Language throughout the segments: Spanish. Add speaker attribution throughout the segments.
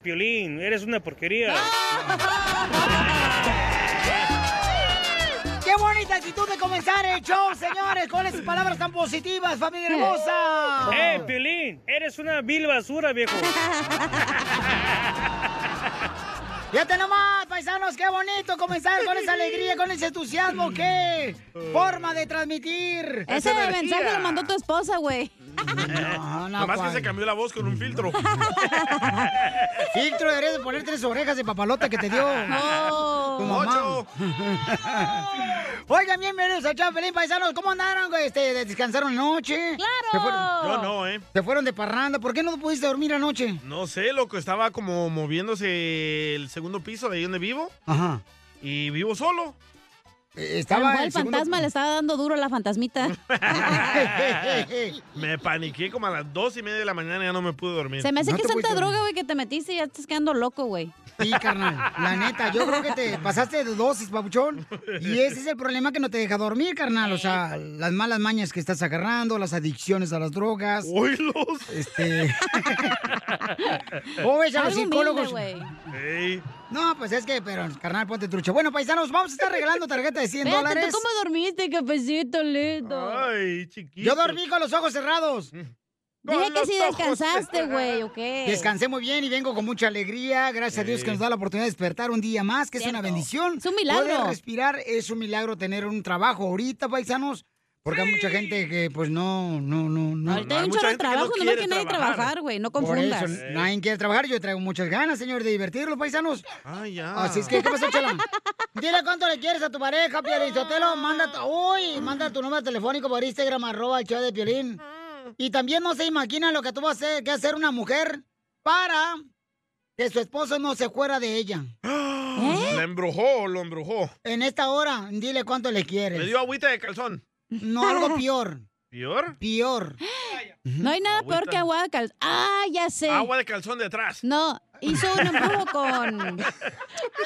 Speaker 1: Piolín, eres una porquería.
Speaker 2: ¡Qué bonita actitud de comenzar el show, señores! Con esas palabras tan positivas, familia hermosa.
Speaker 1: ¡Eh, Piolín! Eres una vil basura, viejo.
Speaker 2: Fíjate nomás, paisanos, qué bonito comenzar con esa alegría, con ese entusiasmo, qué forma de transmitir.
Speaker 3: Ese mensaje lo mandó tu esposa, güey.
Speaker 2: No, no,
Speaker 4: Nomás que
Speaker 2: ¿cuál?
Speaker 4: se cambió la voz con un filtro.
Speaker 2: Filtro, deberías de poner tres orejas de papalota que te dio. tu mamá.
Speaker 4: ¡Ocho!
Speaker 2: Oigan, bienvenidos a Chapelín, paisanos. ¿Cómo andaron? Este, ¿Descansaron anoche? ¿Se fueron,
Speaker 4: Yo no, ¿eh?
Speaker 2: se fueron de parranda. ¿Por qué no pudiste dormir anoche?
Speaker 4: No sé, loco, estaba como moviéndose el segundo piso de ahí donde vivo
Speaker 2: Ajá.
Speaker 4: y vivo solo.
Speaker 2: Eh,
Speaker 3: A lo
Speaker 2: Estaba
Speaker 3: mejor el
Speaker 2: segundo-
Speaker 3: fantasma le estaba dando duro a la fantasmita.
Speaker 4: Me paniqué como a las dos y media de la mañana y ya no me pude dormir.
Speaker 3: Se me hace
Speaker 2: No
Speaker 3: que
Speaker 2: te
Speaker 3: es tanta
Speaker 2: voy a-
Speaker 3: droga, güey, que te metiste y ya estás quedando loco, güey.
Speaker 2: Sí, carnal. La neta, yo creo que te pasaste de dosis, papuchón. Y ese es el problema que no te deja dormir, carnal. O sea, las malas mañas que estás agarrando, las adicciones a las drogas.
Speaker 4: ¡Oílos!
Speaker 2: Este. o ves a
Speaker 3: Algo
Speaker 2: los
Speaker 3: humilde,
Speaker 2: psicólogos.
Speaker 3: güey.
Speaker 4: Ey,
Speaker 2: No, pues es que, pero, carnal, ponte trucha. Bueno, paisanos, vamos a estar regalando tarjeta de 100
Speaker 3: Espérate, ¿tú
Speaker 2: dólares.
Speaker 3: cómo dormiste, cafecito lindo?
Speaker 4: ¡Ay, chiquito!
Speaker 2: Yo dormí con los ojos cerrados.
Speaker 3: Mm.
Speaker 4: con
Speaker 3: Dije que
Speaker 4: los
Speaker 3: sí
Speaker 4: ojos.
Speaker 3: descansaste, güey, ¿ok?
Speaker 2: Descansé muy bien y vengo con mucha alegría. Gracias a Dios que nos da la oportunidad de despertar un día más, que es una
Speaker 3: Cierto.
Speaker 2: bendición.
Speaker 3: Es un milagro.
Speaker 2: Poder respirar es un milagro tener un trabajo ahorita, paisanos. Porque hay mucha gente que, pues, no, no, no, no.
Speaker 3: Ahorita hay
Speaker 4: hay
Speaker 3: un
Speaker 4: mucha
Speaker 3: chorro
Speaker 4: gente que
Speaker 3: de
Speaker 4: no
Speaker 3: trabajo, nomás
Speaker 4: quiere
Speaker 3: que nadie
Speaker 4: trabajar.
Speaker 3: trabajar, güey, no
Speaker 2: Por eso,
Speaker 3: confundas.
Speaker 2: nadie quiere trabajar. Yo traigo muchas ganas, señor, de divertir los paisanos.
Speaker 3: Ah.
Speaker 4: ¡Ay, Ah, ya!
Speaker 2: Así es que, ¿qué pasó, Chala? Dile cuánto le quieres a tu pareja, Piolizotelo. Manda, tu- uy, manda tu número telefónico por Instagram, arroba el show de Piolín. Y también no se imagina lo que tú vas a hacer, que hacer una mujer para que su esposo no se fuera de ella.
Speaker 4: La embrujó, lo embrujó.
Speaker 2: En esta hora, dile cuánto le
Speaker 4: Le
Speaker 2: quieres.
Speaker 4: dio agüita de calzón.
Speaker 2: No algo peor,
Speaker 4: ¿Pior?
Speaker 2: peor.
Speaker 3: No hay nada peor
Speaker 4: Agüita.
Speaker 3: que agua de cal... Ah, ya sé.
Speaker 4: Agua de calzón detrás.
Speaker 3: No, hizo un embrujo con...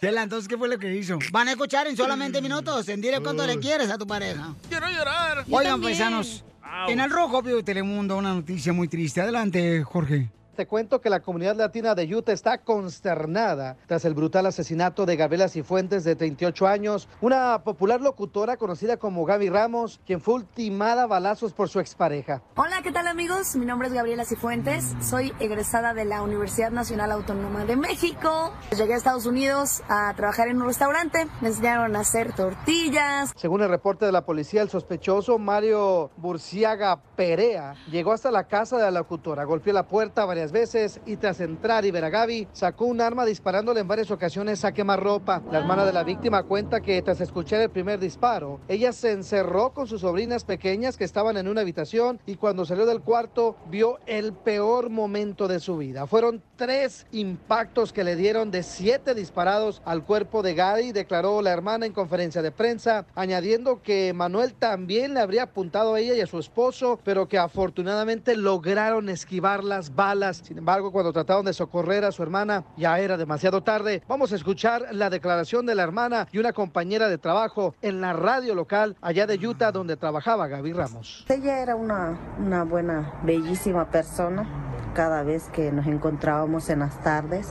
Speaker 2: Tela, entonces, ¿qué fue lo que hizo? Van a escuchar en solamente minutos. En dile cuánto le quieres a tu pareja.
Speaker 4: ¡Quiero llorar!
Speaker 2: Oigan,
Speaker 3: también.
Speaker 2: paisanos.
Speaker 4: Au.
Speaker 2: En el rojo, vivo de Telemundo, una noticia muy triste. Adelante, Jorge.
Speaker 5: Te cuento que la comunidad latina de Utah está consternada tras el brutal asesinato de Gabriela Cifuentes de 38 años, una popular locutora conocida como Gaby Ramos, quien fue ultimada a balazos por su expareja.
Speaker 6: Hola, ¿qué tal amigos? Mi nombre es Gabriela Cifuentes, soy egresada de la Universidad Nacional Autónoma de México. Llegué a Estados Unidos a trabajar en un restaurante, me enseñaron a hacer tortillas.
Speaker 5: Según el reporte de la policía, el sospechoso Mario Burciaga Perea llegó hasta la casa de la locutora, golpeó la puerta varias veces y tras entrar y ver a Gaby, sacó un arma disparándole en varias ocasiones a quemarropa. La hermana de la víctima cuenta que tras escuchar el primer disparo, ella se encerró con sus sobrinas pequeñas que estaban en una habitación y cuando salió del cuarto vio el peor momento de su vida. Fueron tres impactos que le dieron de siete disparados al cuerpo de Gaby, declaró la hermana en conferencia de prensa, añadiendo que Manuel también le habría apuntado a ella y a su esposo, pero que afortunadamente lograron esquivar las balas. Sin embargo, cuando trataron de socorrer a su hermana, ya era demasiado tarde. Vamos a escuchar la declaración de la hermana y una compañera de trabajo en la radio local allá de Utah donde trabajaba Gaby Ramos.
Speaker 6: Ella era una, una buena, bellísima persona. Cada vez que nos encontrábamos en las tardes,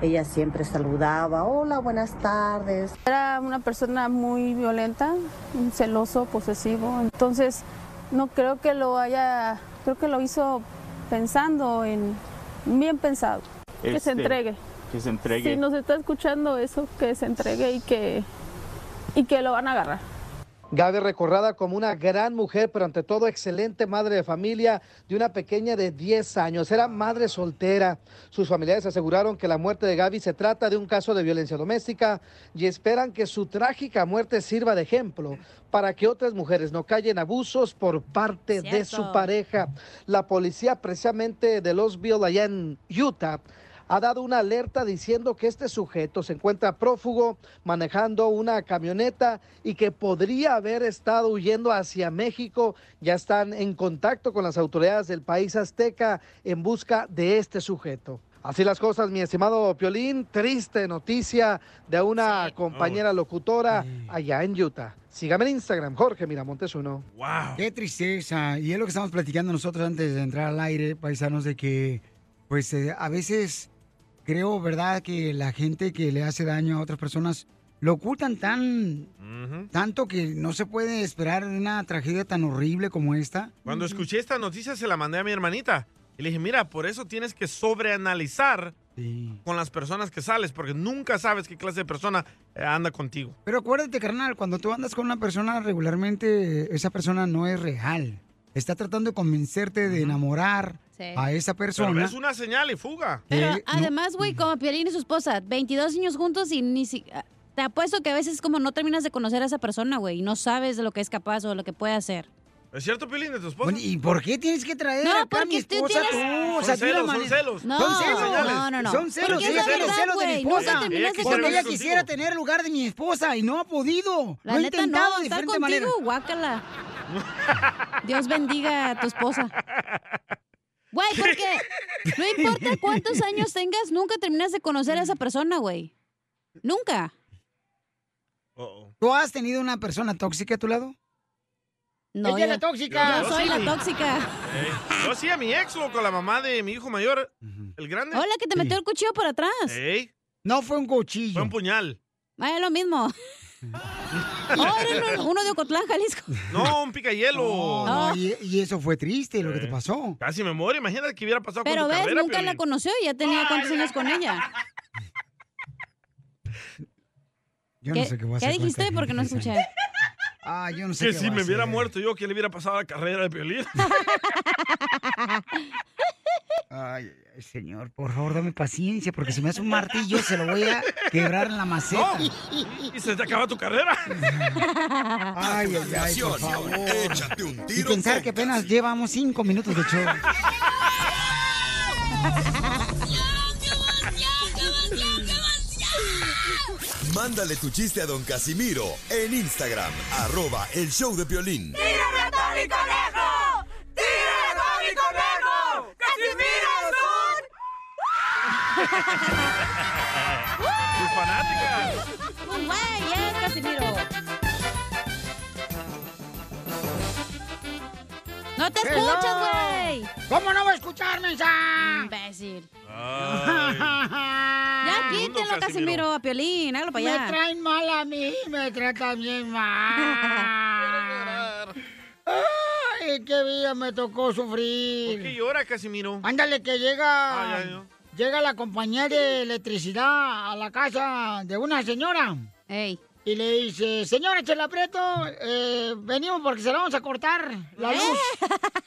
Speaker 6: ella siempre saludaba, hola, buenas tardes.
Speaker 7: Era una persona muy violenta, un celoso, posesivo. Entonces, no creo que lo haya, creo que lo hizo
Speaker 8: pensando en, bien pensado, que se
Speaker 9: Este,
Speaker 8: entregue.
Speaker 9: Que se entregue.
Speaker 8: Si nos está escuchando eso, que se entregue y que, y que lo van a agarrar.
Speaker 5: Gaby recordada como una gran mujer, pero ante todo excelente madre de familia de una pequeña de 10 años. Era madre soltera. Sus familiares aseguraron que la muerte de Gaby se trata de un caso de violencia doméstica y esperan que su trágica muerte sirva de ejemplo para que otras mujeres no callen abusos por parte de su
Speaker 10: Cierto.
Speaker 5: pareja. La policía precisamente de Losville allá en Utah ha dado una alerta diciendo que este sujeto se encuentra prófugo manejando una camioneta y que podría haber estado huyendo hacia México. Ya están en contacto con las autoridades del país azteca en busca de este sujeto. Así las cosas, mi estimado Piolín, triste noticia de una compañera locutora allá en Utah. Sígame en Instagram, Jorge Miramontes uno.
Speaker 2: Wow. Qué tristeza. Y es lo que estamos platicando nosotros antes de entrar al aire, paisanos, de que, pues, eh, a veces creo, ¿verdad?, que la gente que le hace daño a otras personas lo ocultan tan. tanto que no se puede esperar una tragedia tan horrible como esta.
Speaker 4: Cuando escuché esta noticia se la mandé a mi hermanita. Y le dije, mira, por eso tienes que sobreanalizar con las personas que sales, porque nunca sabes qué clase de persona eh, anda contigo.
Speaker 2: Pero acuérdate, carnal, cuando tú andas con una persona regularmente, esa persona no es real. Está tratando de convencerte de enamorar
Speaker 3: Sí.
Speaker 2: a esa
Speaker 4: Pero
Speaker 2: persona.
Speaker 4: es una señal y fuga.
Speaker 3: Pero
Speaker 2: Eh, no.
Speaker 3: además, güey, como Piolín y su esposa, 22 años juntos y ni si... ah, Te apuesto que a veces como no terminas de conocer a esa persona, güey, y no sabes de lo que es capaz o de lo que puede hacer.
Speaker 4: ¿Es cierto, Pilín, de tu esposa?
Speaker 2: ¿Y por qué tienes que traer
Speaker 3: No,
Speaker 2: acá a mi
Speaker 3: porque tú
Speaker 2: esposa
Speaker 3: tienes-
Speaker 2: tú? O
Speaker 4: Son
Speaker 2: sea, tú la
Speaker 4: celos, son
Speaker 2: mane-
Speaker 4: celos.
Speaker 3: No,
Speaker 2: son celos.
Speaker 3: no, no, no.
Speaker 2: Son celos.
Speaker 3: Porque es
Speaker 2: ella
Speaker 3: la
Speaker 2: tiene
Speaker 3: verdad,
Speaker 2: celos de mi
Speaker 3: güey, nunca
Speaker 2: esposa.
Speaker 3: terminas de
Speaker 2: Porque ella
Speaker 3: conocer.
Speaker 2: quisiera tener el lugar de mi esposa y no ha podido.
Speaker 3: La
Speaker 2: Lo ha
Speaker 3: neta,
Speaker 2: intentado
Speaker 3: no,
Speaker 2: de
Speaker 3: estar
Speaker 2: diferente
Speaker 3: contigo,
Speaker 2: manera.
Speaker 3: guácala. Dios bendiga a tu esposa. Güey, porque no importa cuántos años tengas, nunca terminas de conocer a esa persona, güey. Nunca.
Speaker 2: ¿Tú has tenido una persona tóxica a tu lado?
Speaker 3: No,
Speaker 2: Ella es
Speaker 3: yo-
Speaker 2: la tóxica.
Speaker 3: Yo soy
Speaker 4: sí.
Speaker 3: la tóxica.
Speaker 4: Eh, yo sí a mi ex, loco, la mamá de mi hijo mayor, el grande.
Speaker 3: Hola, que te metió el cuchillo por atrás.
Speaker 4: Ey.
Speaker 2: No fue un cuchillo.
Speaker 4: Fue un puñal.
Speaker 3: Ah, es lo mismo. Oh, era uno, uno de Ocotlán, Jalisco.
Speaker 4: No, un picayelo.
Speaker 2: No, no, y, y eso fue triste lo que te pasó.
Speaker 4: Casi me muero, imagínate que hubiera pasado
Speaker 3: Pero
Speaker 4: con tu
Speaker 3: ves,
Speaker 4: carrera,
Speaker 3: nunca la
Speaker 4: Piolín.
Speaker 3: conoció y ya tenía cuántos años con ella.
Speaker 2: Yo no sé qué voy a hacer. con
Speaker 3: dijiste?
Speaker 2: esta
Speaker 3: Porque no
Speaker 2: gente,
Speaker 3: escuché.
Speaker 2: paisano. Ah, yo no sé
Speaker 4: Que
Speaker 2: qué
Speaker 4: si
Speaker 2: voy a
Speaker 4: me hubiera
Speaker 2: hacer.
Speaker 4: muerto yo, ¿qué le hubiera pasado a la carrera de Piolín?
Speaker 2: Ay, ay, ay, señor, por favor, dame paciencia, porque si me hace un martillo se lo voy a quebrar en la maceta.
Speaker 4: No. Y se te acaba tu carrera.
Speaker 2: Ay, ay, ay, por favor.
Speaker 4: Échate un
Speaker 2: Y pensar que apenas llevamos cinco minutos de show.
Speaker 11: Mándale tu chiste a don Casimiro en Instagram, arroba el show de violín.
Speaker 10: ¡Tírame a Tony Conejo! ¡Tírame a Tony Conejo! ¡Casimiro son!
Speaker 4: Tus fanáticas.
Speaker 3: Güey,
Speaker 10: ¿eh?
Speaker 3: ya, Casimiro. No te
Speaker 2: Hello.
Speaker 3: escuchas, güey.
Speaker 2: ¿Cómo no va a escucharme, ya?
Speaker 3: Imbécil.
Speaker 2: ya
Speaker 3: Ya quítenlo, Casimiro, a Piolín. Hágalo
Speaker 2: Me
Speaker 3: para allá.
Speaker 2: traen mal a mí, me tratan bien mal. Ay, qué vida me tocó sufrir.
Speaker 4: ¿Por qué llora, Casimiro?
Speaker 2: Ándale, que llega.
Speaker 4: Ah, ya, ya.
Speaker 2: Llega la compañía de electricidad a la casa de una señora. Y le dice, señora Chela Prieto, eh, venimos porque se la vamos a cortar la luz.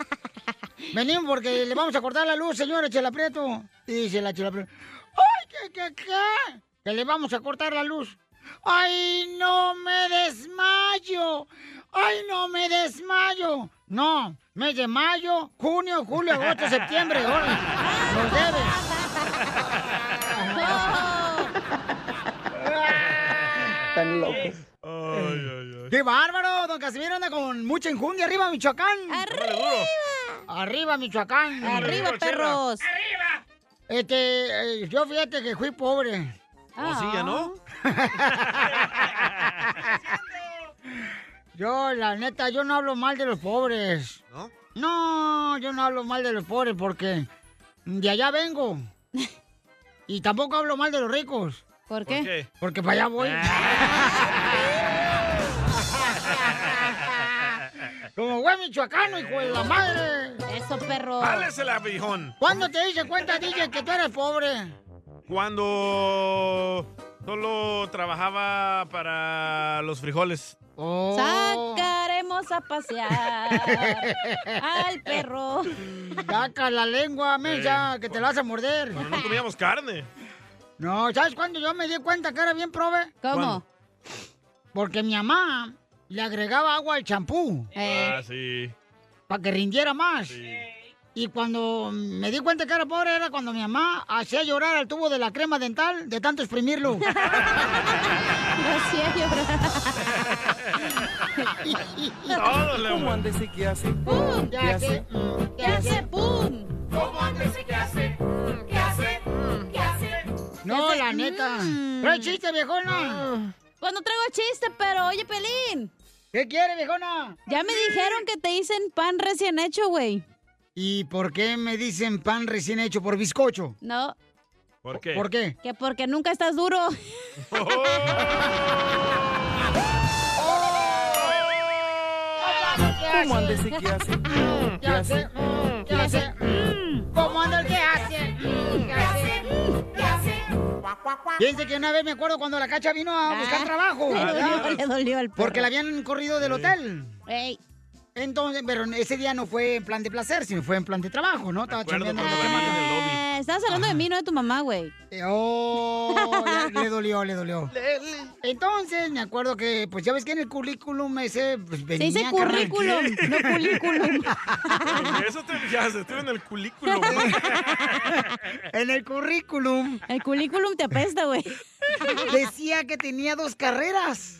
Speaker 2: venimos porque le vamos a cortar la luz, señora Chela Prieto. Y dice la Chela Prieto, ¡ay, qué, qué, qué! Que le vamos a cortar la luz. ¡Ay, no me desmayo! ¡Ay, no me desmayo! No, mes de mayo, junio, julio, agosto, septiembre. órale, ¡Nos debes!
Speaker 5: Están locos.
Speaker 2: ¡Qué bárbaro! Don Casimiro anda con mucha enjundia. ¡Arriba, Michoacán!
Speaker 4: ¡Arriba!
Speaker 2: ¡Arriba, Michoacán!
Speaker 4: ¡Arriba, perros!
Speaker 2: ¡Arriba! Este, eh, yo fíjate que fui pobre.
Speaker 4: Oh, sí, ya no.
Speaker 2: Yo, la neta, yo no hablo mal de los pobres.
Speaker 4: ¿No?
Speaker 2: No, yo no hablo mal de los pobres porque de allá vengo. Y tampoco hablo mal de los ricos.
Speaker 3: ¿Por
Speaker 4: qué? ¿Por qué?
Speaker 2: Porque para allá voy. Como güey michoacano, hijo de
Speaker 4: Eh.
Speaker 2: la madre.
Speaker 3: Eso, perro.
Speaker 4: ¡Jálese el abijón!
Speaker 2: ¿Cuándo te diste cuenta, DJ, que tú eres pobre?
Speaker 4: Cuando solo trabajaba para los frijoles.
Speaker 3: Oh.
Speaker 2: Oh.
Speaker 3: Sacaremos a pasear al perro.
Speaker 2: Saca la lengua, mensa, que te la vas a morder.
Speaker 4: No comíamos carne.
Speaker 2: No, ¿sabes cuándo yo me di cuenta que era bien prove?
Speaker 3: ¿Cómo? ¿Cuándo?
Speaker 2: Porque mi mamá le agregaba agua al champú.
Speaker 4: Ah, sí.
Speaker 2: Para que rindiera más. Y cuando me di cuenta que era pobre era cuando mi mamá hacía llorar al tubo de la crema dental de tanto exprimirlo.
Speaker 3: hacía
Speaker 10: Todo le
Speaker 9: ¿Cómo andes y qué hace? ¡Pum! ¿Qué hace?
Speaker 10: ¿Qué hace? ¡Pum! ¿Cómo andes y qué hace? ¿Qué hace? ¿Qué hace?
Speaker 2: No, la neta. Trae chiste, viejona.
Speaker 3: mm. Pues no traigo chiste, pero oye, Pelín.
Speaker 2: ¿Qué quiere, viejona?
Speaker 3: Ya me dijeron que te dicen pan recién hecho, güey.
Speaker 2: ¿Y por qué me dicen pan recién hecho por bizcocho?
Speaker 3: No.
Speaker 4: ¿Por qué?
Speaker 2: ¿Por qué?
Speaker 3: Que porque nunca estás duro.
Speaker 9: ¿Cómo andes y qué hace?
Speaker 2: Mm,
Speaker 9: ¿Qué hace?
Speaker 2: ¿Qué hace? Mm, ¿Cómo anda el que hace? Mm, ¿Qué hace? ¿Qué hace? Fíjense que una vez me acuerdo cuando la cacha vino a buscar trabajo.
Speaker 3: Ah. le dolió,
Speaker 2: ¿verdad?
Speaker 3: le dolió al perro.
Speaker 2: Porque la habían corrido del
Speaker 3: Sí.
Speaker 2: hotel. Entonces, pero ese día no fue en plan de placer, sino fue en plan de trabajo, ¿no? Estaba chambeando con la chamaca.
Speaker 3: Eh, estabas hablando de mí, no de tu mamá, güey.
Speaker 2: Eh, Oh, le, le dolió, le dolió. Entonces, me acuerdo que, pues ya ves que en el currículum ese pues, venía.
Speaker 3: dice
Speaker 2: carnal.
Speaker 3: currículum, no currículum.
Speaker 4: Eso te ya se te ve en el culículo.
Speaker 2: en el currículum.
Speaker 3: El currículum te apesta, güey.
Speaker 2: Decía que tenía dos carreras.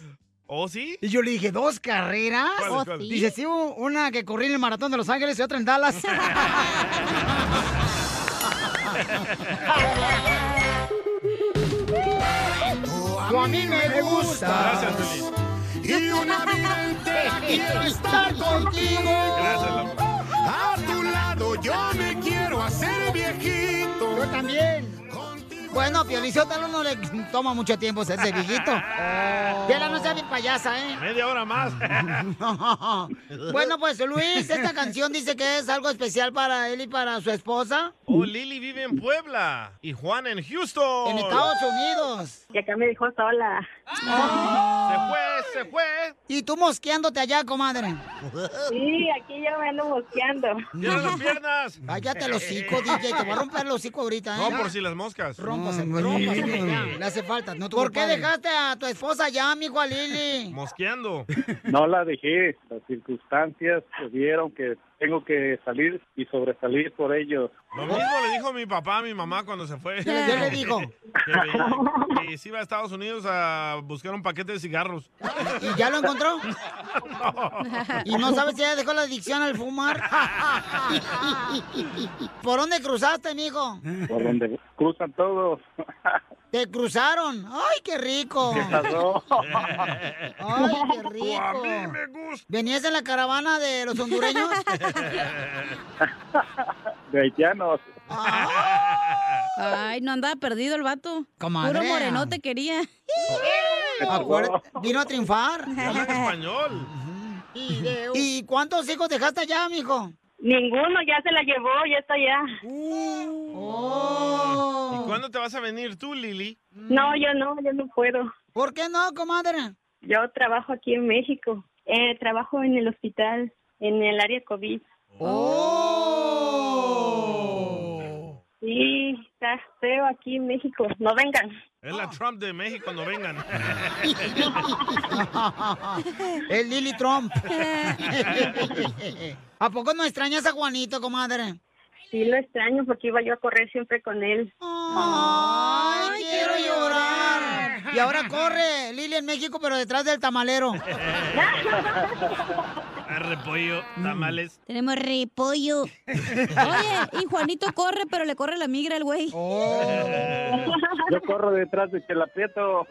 Speaker 4: ¿Oh, sí?
Speaker 2: Y yo le dije, ¿dos carreras?
Speaker 4: ¿Cuáles, cuáles?
Speaker 2: Dice, sí, u- una que corrí en el maratón de Los Ángeles y otra en Dallas.
Speaker 10: Tú a mí me gustas.
Speaker 4: Gracias, Pelín.
Speaker 10: Y una vida entera quiero estar contigo. A tu lado yo me quiero hacer viejito.
Speaker 2: Yo también. Bueno, Piolizótalo no le toma mucho tiempo hacerse viejito. Piela no sea bien payasa, ¿eh?
Speaker 4: Media hora más.
Speaker 2: Bueno, pues Luis, esta canción dice que es algo especial para él y para su esposa.
Speaker 4: Oh, Lili vive en Puebla y Juan en Houston.
Speaker 2: En Estados Unidos.
Speaker 6: Y acá me dijo sola.
Speaker 2: Ah.
Speaker 4: Pues Se fue, se fue.
Speaker 2: Y tú mosqueándote allá, comadre.
Speaker 6: Sí, aquí yo me ando mosqueando.
Speaker 4: Mira las piernas. Eh.
Speaker 2: Cállate los hocico, DJ. Te voy a romper los hocico ahorita, ¿eh?
Speaker 4: No, por si las moscas.
Speaker 2: Rómpase, rómpase, ya, Le hace falta. No, Mm, pues ¿Por qué dejaste a tu esposa allá, mijo, a Lili?
Speaker 4: Mosqueando.
Speaker 12: No la dejé, las circunstancias vieron que tengo que salir y sobresalir por ello.
Speaker 4: Lo mismo le dijo mi papá a mi mamá cuando se fue.
Speaker 12: ¿Qué le- qué le dijo?
Speaker 4: Que, ve- que se iba a Estados Unidos a buscar un paquete de cigarros.
Speaker 2: ¿Y ya lo encontró? ¿Y no sabes si ella dejó la adicción al fumar? ¿Por dónde cruzaste, mijo?
Speaker 12: Por donde cruzan todos.
Speaker 2: Te cruzaron. ¡Ay, qué rico!
Speaker 12: ¿Qué pasó?
Speaker 2: ¡Ay, qué rico! ¿Venías en la caravana de los hondureños?
Speaker 12: De haitianos.
Speaker 3: Ay, no andaba perdido el vato.
Speaker 12: Comadre.
Speaker 3: Puro morenote quería.
Speaker 2: Acuérdate, Vino a triunfar.
Speaker 4: español.
Speaker 2: ¿Y cuántos hijos dejaste allá, mijo?
Speaker 6: Ninguno, ya se la llevó, ya está allá.
Speaker 2: Oh.
Speaker 4: ¿Y cuándo te vas a venir tú, Lili?
Speaker 6: No, yo no, yo no puedo.
Speaker 2: Mm. ¿Por qué no, comadre?
Speaker 6: Yo trabajo aquí en México. Eh, trabajo en el hospital, en el área COVID. ¡Oh! Sí, está feo aquí en México. No vengan.
Speaker 4: Es la Trump de México, no vengan.
Speaker 2: El Lily Trump.
Speaker 9: Oh.
Speaker 2: ¿A poco no extrañas a Juanito, comadre?
Speaker 6: Sí, lo extraño porque iba yo a correr siempre con él.
Speaker 2: ¡Ay, quiero llorar! Ah. Y ahora corre Lili en México, pero detrás del tamalero.
Speaker 4: Repollo,
Speaker 2: Mm.
Speaker 4: tamales.
Speaker 3: Tenemos repollo. Oye, y Juanito corre, pero le corre la migra al güey.
Speaker 2: Oh.
Speaker 12: Yo corro detrás de Chelaprieto.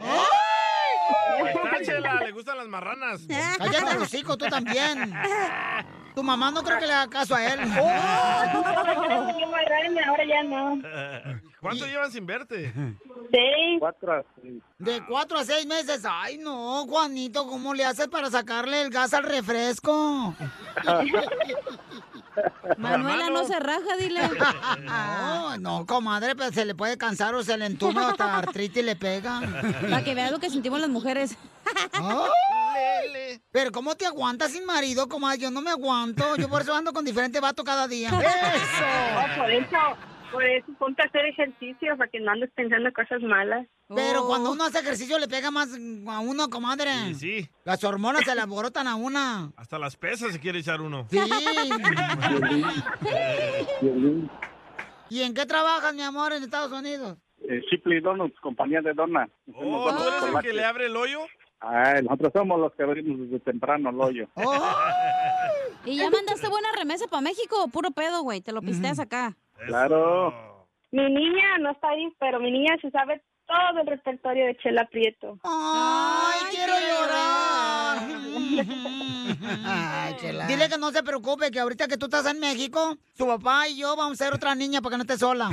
Speaker 4: Está, Chela, le gustan las marranas.
Speaker 2: Cállate los hijos, tú también. Tu mamá no creo que le haga caso a él.
Speaker 6: Yo pensé que iba a agarrarme, ahora ya no.
Speaker 4: ¿Cuánto llevan sin verte?
Speaker 6: seis.
Speaker 1: Cuatro a seis.
Speaker 2: De cuatro a seis meses. Ay, no, Juanito, ¿cómo le haces para sacarle el gas al refresco?
Speaker 3: Manuela no se raja, dile.
Speaker 2: No, no, comadre, pero se le puede cansar o se le entuma hasta artritis le pega.
Speaker 3: Para que veas lo que sentimos las mujeres.
Speaker 2: Pero ¿cómo te aguantas sin marido, comadre? Yo no me aguanto. Yo por eso ando con diferente vato cada día.
Speaker 6: No, por eso, por eso ponte a hacer ejercicio para que no andes pensando cosas malas. Oh.
Speaker 2: Pero cuando uno hace ejercicio le pega más a uno, comadre.
Speaker 4: Sí, sí.
Speaker 2: Las hormonas se le alborotan a una.
Speaker 4: Hasta las pesas se quiere echar uno.
Speaker 2: Sí. ¿Y en qué trabajas, mi amor, en Estados Unidos?
Speaker 1: Eh, Shipley Donuts, compañía de donas. Hacemos
Speaker 4: Oh,
Speaker 1: donas
Speaker 4: ¿tú eres el que
Speaker 1: chocolate.
Speaker 4: le abre el hoyo?
Speaker 1: Ah, nosotros somos los que abrimos desde temprano el hoyo.
Speaker 3: ¿Y ya mandaste buena remesa para México? Puro pedo, güey. Te lo pisteas acá.
Speaker 1: Claro.
Speaker 6: Mi niña no está ahí, pero mi niña se sabe todo el repertorio de Chela Prieto.
Speaker 2: Ah. ¡Ay, quiero llorar! Ay, chela. Dile que no se preocupe, que ahorita que tú estás en México, su papá y yo vamos a ser otra niña para que no esté sola.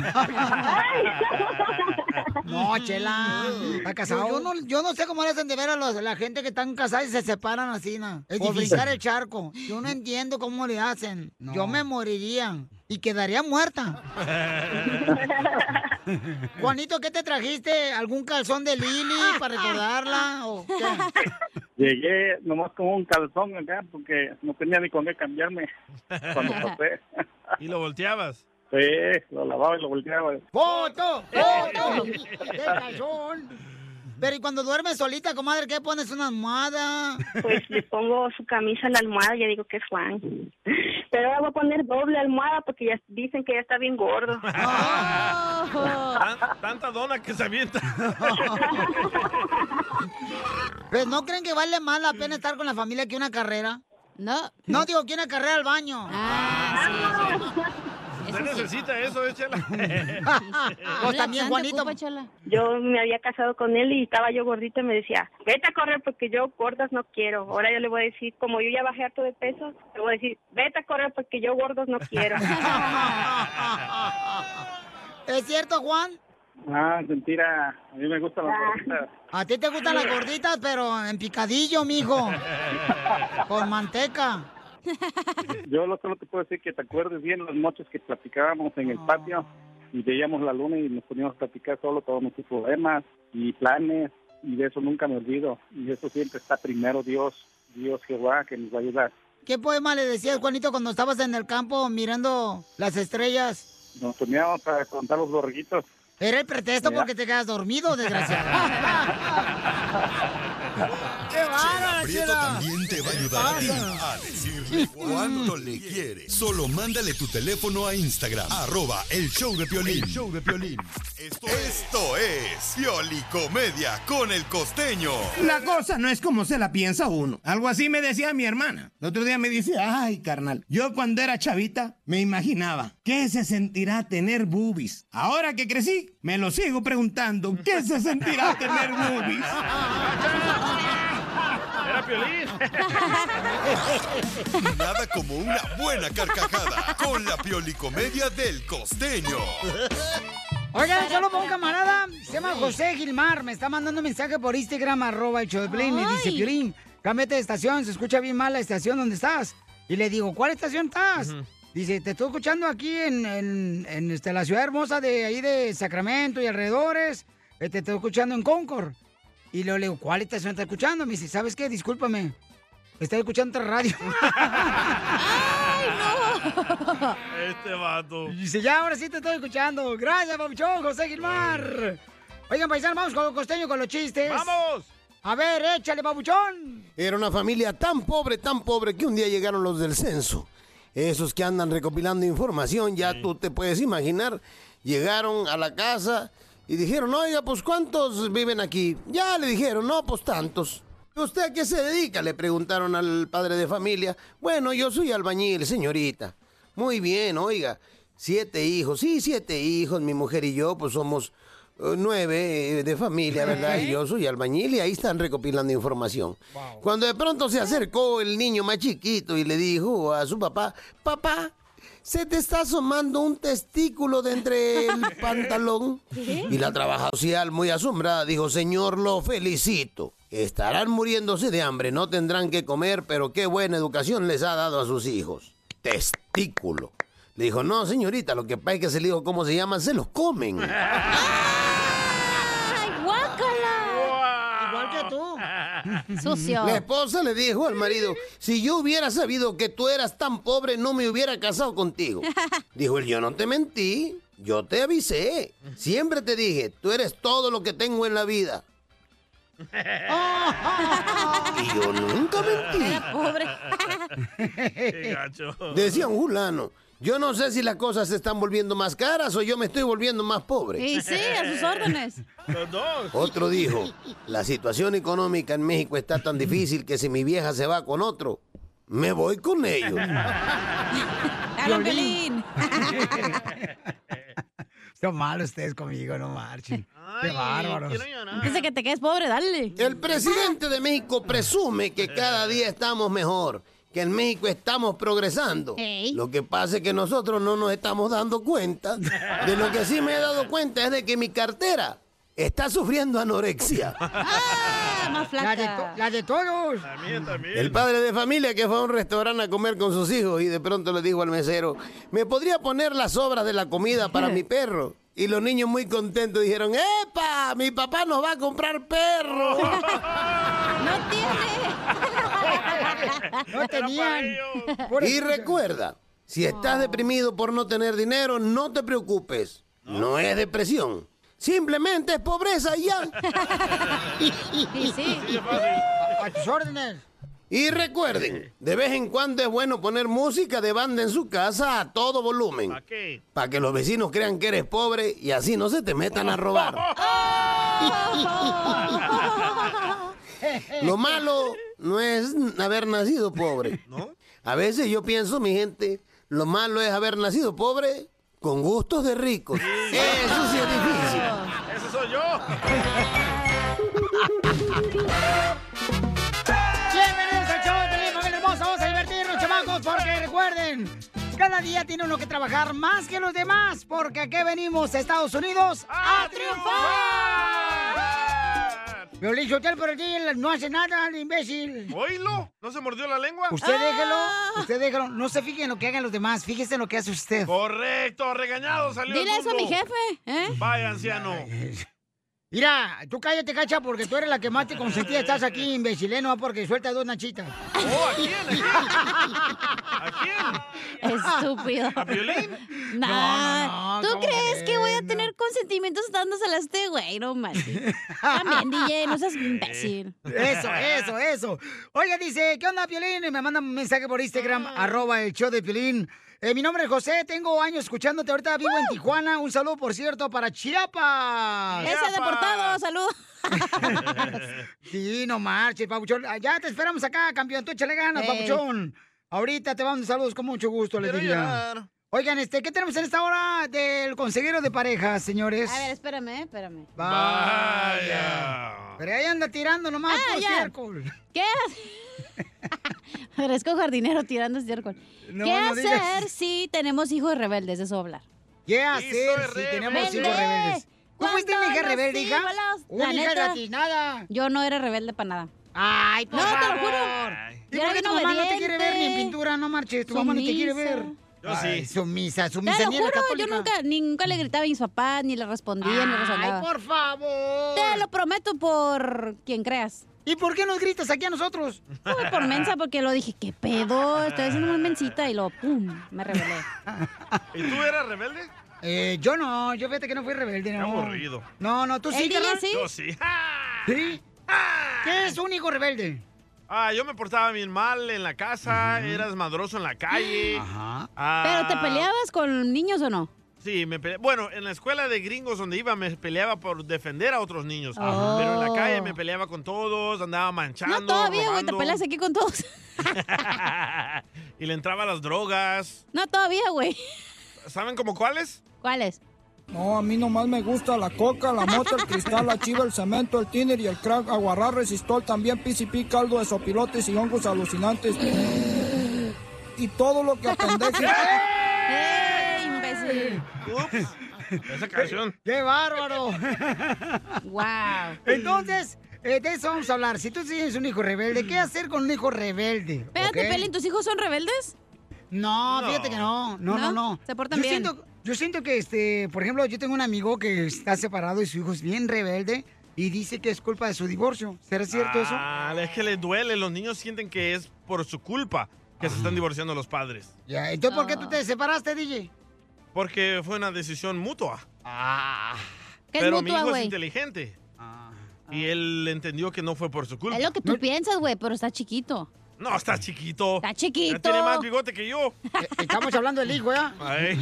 Speaker 2: No, chela. Está casado. Yo, yo no, yo no sé cómo le hacen de ver a los- la gente que están casada y se separan así, ¿no? Es
Speaker 10: Por
Speaker 2: difícil
Speaker 10: brincar
Speaker 2: el charco. Yo no entiendo cómo le hacen. Yo me moriría y quedaría muerta. Juanito, ¿qué te trajiste? ¿Algún calzón de Lili para recordarla? ¿O qué?
Speaker 1: Llegué nomás con un calzón acá porque no tenía ni con qué cambiarme cuando pasé.
Speaker 4: ¿Y lo volteabas?
Speaker 1: Sí, lo lavaba y lo volteaba.
Speaker 2: ¡Foto! ¡Foto! ¡Qué calzón! Pero ¿y cuando duermes solita, comadre, qué pones? ¿Una almohada?
Speaker 6: Pues le pongo su camisa a la almohada y ya digo que es Juan. Pero ahora voy a poner doble almohada porque ya dicen que ya está bien gordo.
Speaker 2: Ah.
Speaker 4: Oh. Tan- tanta dona que se avienta.
Speaker 2: Pues, ¿no creen que vale más la pena estar con la familia que una carrera? No. No, digo que una carrera al baño.
Speaker 4: Usted necesita eso, ¿eh, Chela?
Speaker 2: Pues también, Juanito.
Speaker 6: Yo me había casado con él y estaba yo gordita y me decía, vete a correr porque yo gordas no quiero. Ahora yo le voy a decir, como yo ya bajé harto de peso, le voy a decir, vete a correr porque yo gordos no quiero.
Speaker 2: ¿Es cierto, Juan?
Speaker 1: Ah, mentira. A mí me gustan las gorditas.
Speaker 2: A ti te gustan las gorditas, pero en picadillo, mijo. Con manteca.
Speaker 1: Yo lo solo te puedo decir que te acuerdes bien las noches que platicábamos en el patio y veíamos la luna y nos poníamos a platicar solo todos nuestros problemas y planes y de eso nunca me olvido y eso siempre está primero Dios, Dios Jehová que nos va a ayudar.
Speaker 2: ¿Qué poema le decías, Juanito, cuando estabas en el campo mirando las estrellas?
Speaker 1: Nos poníamos a contar los borreguitos.
Speaker 2: Era el pretexto porque te quedas dormido, desgraciado. ¡Qué bárbaro,
Speaker 11: Prieto
Speaker 2: Ah, Chela!
Speaker 11: también te va a ayudar a ti
Speaker 2: Pasa.
Speaker 11: a decirle cuánto le quieres. Solo mándale tu teléfono a Instagram, arroba el show de Piolín.
Speaker 12: El
Speaker 11: show de Esto, esto es Pioli Comedia con el costeño.
Speaker 12: La cosa no es como se la piensa uno. Algo así me decía mi hermana. El otro día me dice, ay, carnal, yo cuando era chavita me imaginaba, ¿qué se sentirá tener boobies? Ahora que crecí, me lo sigo preguntando, ¿qué se sentirá tener boobies?
Speaker 4: Era Piolín.
Speaker 11: Nada como una buena carcajada con la Pioli Comedia del costeño.
Speaker 2: Oigan, solo para un camarada, se llama José Gilmar, me está mandando un mensaje por Instagram, arroba el show de Piolín, y dice,
Speaker 10: Ay.
Speaker 2: Piolín, cámbiate de estación, se escucha bien mal la estación donde estás. Y le digo, ¿cuál estación estás? Dice, te estoy escuchando aquí en, en- en, este, la ciudad hermosa de ahí de Sacramento y alrededores, Eh, te estoy escuchando en Concord. Y luego le digo, ¿cuál estación estás escuchando? Me dice, ¿sabes qué? Discúlpame, estoy escuchando otra radio.
Speaker 4: Este vato.
Speaker 2: Y Dice, ya ahora sí te estoy escuchando. Gracias, Papuchón, José Gilmar. Oigan, paisano, vamos con los costeños con los chistes.
Speaker 4: ¡Vamos!
Speaker 2: A ver, échale, Papuchón.
Speaker 13: Era una familia tan pobre, tan pobre, que un día llegaron los del censo. Esos que andan recopilando información, ya tú te puedes imaginar. Llegaron a la casa y dijeron, oiga, pues ¿cuántos viven aquí? Ya le dijeron, no, pues tantos. ¿Usted a qué se dedica? Le preguntaron al padre de familia. Bueno, yo soy albañil, señorita. Muy bien, oiga. Siete hijos, sí, siete hijos, mi mujer y yo, pues somos eh, nueve eh, de familia, ¿verdad? Y yo soy albañil y ahí están recopilando información. Cuando de pronto se acercó el niño más chiquito y le dijo a su papá, papá, se te está asomando un testículo de entre el pantalón. Y la trabajadora social, muy asombrada, dijo, señor, lo felicito. Estarán muriéndose de hambre, no tendrán que comer, pero qué buena educación les ha dado a sus hijos. Testículo. Le dijo, no, señorita, lo que pasa es que se le dijo cómo se llaman, se los comen.
Speaker 3: ¡Ay, guácala!
Speaker 2: Igual que tú.
Speaker 3: Sucio.
Speaker 13: La esposa le dijo al marido, si yo hubiera sabido que tú eras tan pobre, no me hubiera casado contigo. Dijo él, yo no te mentí, yo te avisé. Siempre te dije, tú eres todo lo que tengo en la vida. Y yo nunca mentí.
Speaker 3: Era pobre.
Speaker 4: Qué gacho.
Speaker 13: Decía un fulano, yo no sé si las cosas se están volviendo más caras o yo me estoy volviendo más pobre.
Speaker 3: Y sí, a sus órdenes.
Speaker 4: Los dos.
Speaker 13: Otro dijo, la situación económica en México está tan difícil que si mi vieja se va con otro, me voy con ellos.
Speaker 3: ¡Dale, Pelín!
Speaker 2: Están mal ustedes conmigo, no marchen. Qué
Speaker 13: Ay,
Speaker 2: bárbaros.
Speaker 3: Dice que te quedes pobre, dale.
Speaker 13: El presidente de México presume que cada día estamos mejor, que en México estamos progresando.
Speaker 3: Ey.
Speaker 13: Lo que pasa es que nosotros no nos estamos dando cuenta. De lo que sí me he dado cuenta es de que mi cartera está sufriendo anorexia.
Speaker 3: Ah, más
Speaker 2: La de, to-
Speaker 3: flaca.
Speaker 2: la de todos.
Speaker 13: El padre de familia que fue a un restaurante a comer con sus hijos y de pronto le dijo al mesero, ¿me podría poner las sobras de la comida para mi perro? Y los niños muy contentos dijeron, ¡epa! Mi papá nos va a comprar perro.
Speaker 3: No tiene.
Speaker 2: No tenían.
Speaker 13: Y recuerda, si estás deprimido por no tener dinero, no te preocupes. No es depresión. Simplemente es pobreza y ya.
Speaker 3: Y sí.
Speaker 2: A tus órdenes.
Speaker 13: Y recuerden, de vez en cuando es bueno poner música de banda en su casa a todo volumen.
Speaker 4: ¿Para qué?
Speaker 13: Para que los vecinos crean que eres pobre y así no se te metan a robar. Lo malo no es haber nacido pobre. A veces yo pienso, mi gente, lo malo es haber nacido pobre con gustos de ricos. Eso sí es difícil.
Speaker 4: ¡Ese soy yo! Oh,
Speaker 2: Bienvenidos al show de Pelín, familia hermosa. Vamos a divertirnos, chamacos, porque recuerden, cada día tiene uno que trabajar más que los demás, porque aquí venimos a Estados Unidos a triunfar. Violín Sotelo, pero aquí él no hace nada, el imbécil.
Speaker 4: ¿Oílo? ¿No se mordió la lengua? Ah.
Speaker 2: Usted déjelo,
Speaker 3: Ah.
Speaker 2: usted déjelo. No se fije en lo que hagan los demás, fíjese en lo que hace usted.
Speaker 4: Correcto, regañado salió el
Speaker 3: Dile eso a mi
Speaker 4: mundo.
Speaker 3: jefe, ¿eh?
Speaker 4: Vaya, anciano.
Speaker 2: Mira, tú cállate, cacha, porque tú eres la que más te consentía. Estás aquí, imbecileno, porque suelta dos nachitas.
Speaker 4: Oh, ¿a quién?
Speaker 3: Estúpido.
Speaker 4: ¿A Piolín?
Speaker 3: Nah.
Speaker 2: No, no, no,
Speaker 3: ¿Tú
Speaker 2: ¿cómo
Speaker 3: crees que
Speaker 2: crees?
Speaker 3: voy a tener consentimientos dándoselas a este güey? No manches. También, DJ, no seas imbécil.
Speaker 2: Eso, eso, eso. Oiga, dice, ¿qué onda, Piolín? Y me manda un mensaje por Instagram,
Speaker 3: Ah.
Speaker 2: arroba el show de Piolín. Eh, mi nombre es José, tengo años escuchándote. Ahorita vivo en Tijuana. Un saludo, por cierto, para Chiapas.
Speaker 3: Ese deportado, salud.
Speaker 2: Sí, no marches, Pabuchón. Ah, Ya te esperamos acá, campeón. Tú échale ganas,
Speaker 3: Ey.
Speaker 2: Pabuchón. Ahorita te mando saludos con mucho gusto, les
Speaker 4: Quiero
Speaker 2: diría.
Speaker 4: llorar.
Speaker 2: Oigan, este, ¿qué tenemos en esta hora del consejero de parejas, señores?
Speaker 3: A ver, espérame, espérame.
Speaker 4: Vaya.
Speaker 2: Pero ahí anda tirando nomás,
Speaker 3: Ah,
Speaker 2: puro
Speaker 3: ya.
Speaker 2: estiércol.
Speaker 3: ¿Qué hacer? Parezco jardinero tirando estiércol.
Speaker 2: No,
Speaker 3: ¿Qué
Speaker 2: no digas.
Speaker 3: hacer si tenemos hijos rebeldes? De eso hablar.
Speaker 2: ¿Qué
Speaker 4: Hijo
Speaker 2: hacer
Speaker 4: de
Speaker 2: si
Speaker 4: rebelde.
Speaker 2: tenemos hijos
Speaker 3: ¡Vende!
Speaker 2: rebeldes? ¿Tú fuiste
Speaker 3: ¿Cuándo
Speaker 2: una hija
Speaker 3: nos
Speaker 2: rebelde, hija?
Speaker 3: iba los-
Speaker 2: Una
Speaker 3: la
Speaker 2: hija
Speaker 3: neta.
Speaker 2: gratinada.
Speaker 3: Yo no era rebelde para nada.
Speaker 2: Ay, por
Speaker 3: No, te lo
Speaker 2: favor.
Speaker 3: juro.
Speaker 2: ¿Y
Speaker 3: Yo
Speaker 2: por
Speaker 3: era
Speaker 2: qué tu
Speaker 3: bien
Speaker 2: mamá no te quiere ver ni en
Speaker 3: obediente.
Speaker 2: pintura? No marches, tu mamá no te quiere ver.
Speaker 3: Sumisa.
Speaker 4: Yo sí.
Speaker 2: Ay, sumisa,
Speaker 3: Te
Speaker 2: sumisa,
Speaker 3: lo
Speaker 2: ni era
Speaker 3: juro, yo
Speaker 2: católica.
Speaker 3: nunca, ni nunca le gritaba a mis papás, ni le respondía, ni le
Speaker 2: Ay,
Speaker 3: rezongaba.
Speaker 2: por favor.
Speaker 3: Te lo prometo por quien creas.
Speaker 2: ¿Y por qué nos gritas aquí a nosotros?
Speaker 3: No fue por mensa, porque lo dije, qué pedo, estoy haciendo muy mensita y lo pum, me rebelé.
Speaker 4: ¿Y tú eras rebelde?
Speaker 2: Eh, yo no, yo fíjate que no fui rebelde, no.
Speaker 4: aburrido.
Speaker 2: No, no, tú
Speaker 3: ¿El
Speaker 2: sí,
Speaker 3: DJ
Speaker 2: carnal?
Speaker 3: sí?
Speaker 4: Yo sí. ¡Ja!
Speaker 2: ¿Sí? ¿Qué es un hijo rebelde?
Speaker 4: Ah, yo me portaba bien mal en la casa, eras madroso en la calle.
Speaker 2: Ajá.
Speaker 4: Ah,
Speaker 3: ¿Pero te peleabas con niños o no?
Speaker 4: Sí, me pele- Bueno, en la escuela de gringos donde iba me peleaba por defender a otros niños.
Speaker 3: Ajá.
Speaker 4: Pero en la
Speaker 3: Oh.
Speaker 4: calle me peleaba con todos, andaba manchando.
Speaker 3: No, todavía, güey, te
Speaker 4: robando.
Speaker 3: peleas aquí con todos.
Speaker 4: y le entraba a las drogas.
Speaker 3: No, todavía, güey.
Speaker 4: ¿Saben como cuáles?
Speaker 3: ¿Cuáles?
Speaker 14: No, a mí nomás me gusta la coca, la mota, el cristal, la chiva, el cemento, el tiner y el crack, aguarrar, resistol, también PCP, caldo de sopilotes y hongos alucinantes. Y todo lo que apendeje.
Speaker 3: ¡Eh, imbécil!
Speaker 4: Esa canción.
Speaker 2: ¡Qué bárbaro!
Speaker 3: ¡Wow!
Speaker 2: Entonces, eh, de eso vamos a hablar. Si tú tienes un hijo rebelde, ¿qué hacer con un hijo rebelde?
Speaker 3: Espérate,
Speaker 2: ¿Ok?
Speaker 3: Pelín, ¿tus hijos son rebeldes?
Speaker 2: No, fíjate que no, no, no, no.
Speaker 3: Se portan
Speaker 2: yo
Speaker 3: bien.
Speaker 2: Siento, yo siento que, este, por ejemplo, yo tengo un amigo que está separado y su hijo es bien rebelde y dice que es culpa de su divorcio. ¿Será cierto eso?
Speaker 4: Ah, es que les duele. Los niños sienten que es por su culpa que se
Speaker 3: Ah.
Speaker 4: están divorciando los padres.
Speaker 2: Ya, entonces, ¿por qué tú te separaste, DJ?
Speaker 4: Porque fue una decisión mutua.
Speaker 2: Ah.
Speaker 3: ¿Qué es
Speaker 4: Pero mi
Speaker 3: mutua,
Speaker 4: hijo es
Speaker 3: güey?
Speaker 4: inteligente. Y él entendió que no fue por su culpa.
Speaker 3: Es lo que tú piensas, güey, pero está chiquito.
Speaker 4: No, está chiquito.
Speaker 3: Está chiquito.
Speaker 4: Ya tiene más bigote que yo.
Speaker 2: Eh, Estamos hablando del hijo, ¿eh? ¿ya?
Speaker 4: Ay.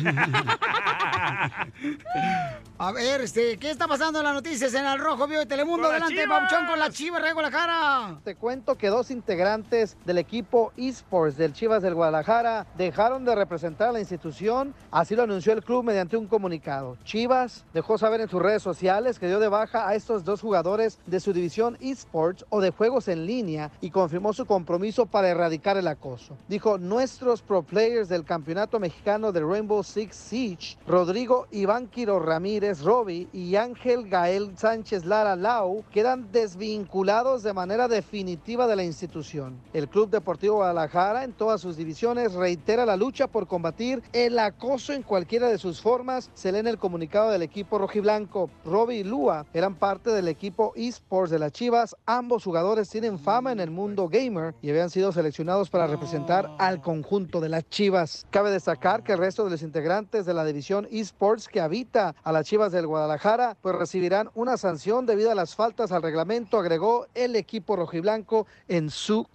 Speaker 2: A ver, este, ¿qué está pasando en las noticias en el Rojo Vivo de Telemundo? Adelante, Pauchón, con la chiva, rego la cara.
Speaker 5: Te cuento que dos integrantes del equipo esports del Chivas del Guadalajara dejaron de representar a la institución, así lo anunció el club mediante un comunicado. Chivas dejó saber en sus redes sociales que dio de baja a estos dos jugadores de su división esports o de juegos en línea y confirmó su compromiso para erradicar el acoso. Dijo, nuestros pro players del campeonato mexicano de Rainbow Six Siege, Rodrigo Iván Quiro Ramírez Roby y Ángel Gael Sánchez Lara Lau, quedan desvinculados de manera definitiva de la institución. El Club Deportivo Guadalajara en todas sus divisiones reitera la lucha por combatir el acoso en cualquiera de sus formas. Se lee en el comunicado del equipo rojiblanco. Roby y Lua eran parte del equipo esports de las Chivas. Ambos jugadores tienen fama en el mundo gamer y habían sido seleccionados para representar al conjunto de las Chivas. Cabe destacar que el resto de los integrantes de la división esports que habita a las Chivas del Guadalajara pues recibirán una sanción debido a las faltas al reglamento, agregó el equipo rojiblanco en su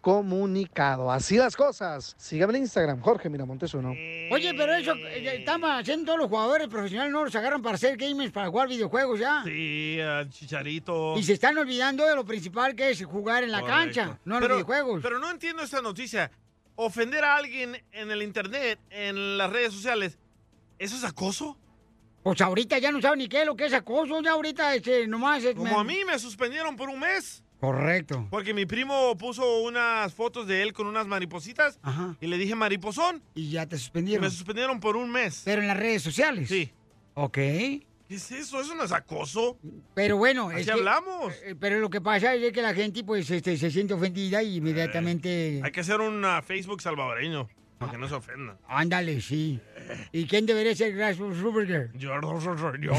Speaker 5: comunicado. Así las cosas. Síganme en Instagram, Jorge Miramontes uno.
Speaker 2: Oye, pero eso, eh, están haciendo todos los jugadores profesionales, no los agarran para hacer gamers, para jugar videojuegos ya.
Speaker 4: Sí, al chicharito.
Speaker 2: Y se están olvidando de lo principal que es jugar en la
Speaker 4: Correcto.
Speaker 2: cancha, no en
Speaker 4: Pero-
Speaker 2: los videojuegos.
Speaker 4: Pero no entiendo esta noticia. Ofender a alguien en el internet, en las redes sociales, ¿eso es acoso?
Speaker 2: Pues ahorita ya no saben ni qué es lo que es acoso, ya ahorita este, nomás... es-
Speaker 4: Como a mí me suspendieron por un mes.
Speaker 2: Correcto.
Speaker 4: Porque mi primo puso unas fotos de él con unas maripositas y le dije mariposón.
Speaker 2: Y ya te suspendieron.
Speaker 4: me suspendieron por un mes.
Speaker 2: Pero en las redes sociales.
Speaker 4: Sí.
Speaker 2: Ok.
Speaker 4: ¿Qué es eso? ¿Eso no es acoso?
Speaker 2: Pero bueno,
Speaker 4: Así
Speaker 2: es que-
Speaker 4: hablamos.
Speaker 2: eh, Pero lo que pasa es que la gente pues este, se siente ofendida y inmediatamente...
Speaker 4: Hay que hacer un ah, Facebook salvadoreño para que no se ofendan.
Speaker 2: Ándale, sí. ¿Y quién debería ser Grass Ruberger?
Speaker 4: Yo, yo, yo, yo.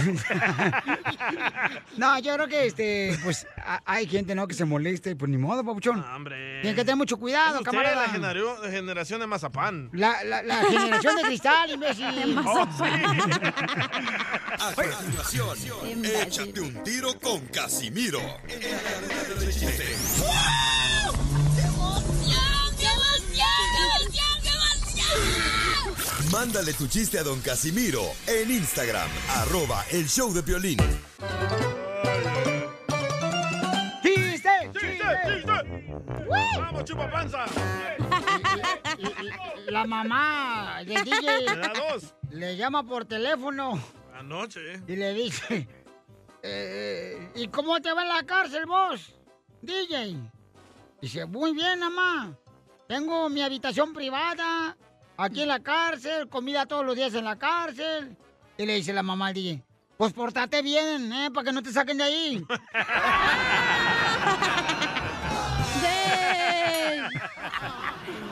Speaker 2: No, yo creo que este, pues a- hay gente no que se moleste y pues ni modo, papuchón.
Speaker 4: Ah, hombre.
Speaker 2: Tienen que tener mucho
Speaker 4: Es
Speaker 2: cuidado,
Speaker 4: usted,
Speaker 2: camarada.
Speaker 4: la generación, la generación de Mazapán.
Speaker 2: La, la- la generación de cristal, imbécil.
Speaker 4: Oh, sí.
Speaker 11: A continuación, échate un tiro con Casimiro. Mándale tu chiste a don Casimiro en Instagram, arroba el show de violín.
Speaker 2: ¡Chiste!
Speaker 4: ¡Chiste! ¡Chiste! ¡Vamos, chupa panza!
Speaker 2: La mamá de DJ
Speaker 4: Me da dos.
Speaker 2: le llama por teléfono
Speaker 4: Anoche.
Speaker 2: y le dice, eh, ¿y cómo te va en la cárcel vos, DJ? Dice, muy bien, mamá. Tengo mi habitación privada, aquí en la cárcel, comida todos los días en la cárcel. Y le dice la mamá al DJ, pues portate bien, ¿eh? Para que no te saquen de ahí.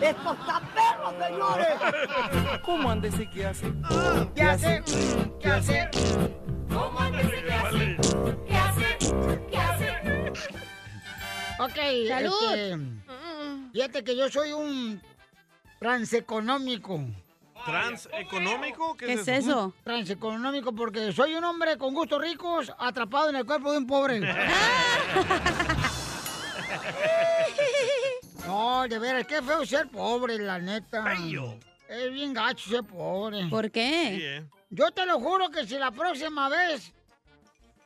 Speaker 10: ¡Esto está perro, señores! ¿Cómo andes y qué hace?
Speaker 2: ¿Qué hace? ¿Qué hace?
Speaker 10: ¿Cómo andes y qué hace? ¿Qué hace? ¿Qué hace?
Speaker 2: Ok,
Speaker 10: Salud.
Speaker 2: este, fíjate que yo soy un transeconómico.
Speaker 4: ¿Transeconómico? ¿Qué,
Speaker 2: Un Transeconómico porque soy un hombre con gustos ricos atrapado en el cuerpo de un pobre. no, de veras, qué feo ser pobre, la neta. Es bien gacho ser pobre.
Speaker 3: ¿Por qué? Sí, eh.
Speaker 2: Yo te lo juro que si la próxima vez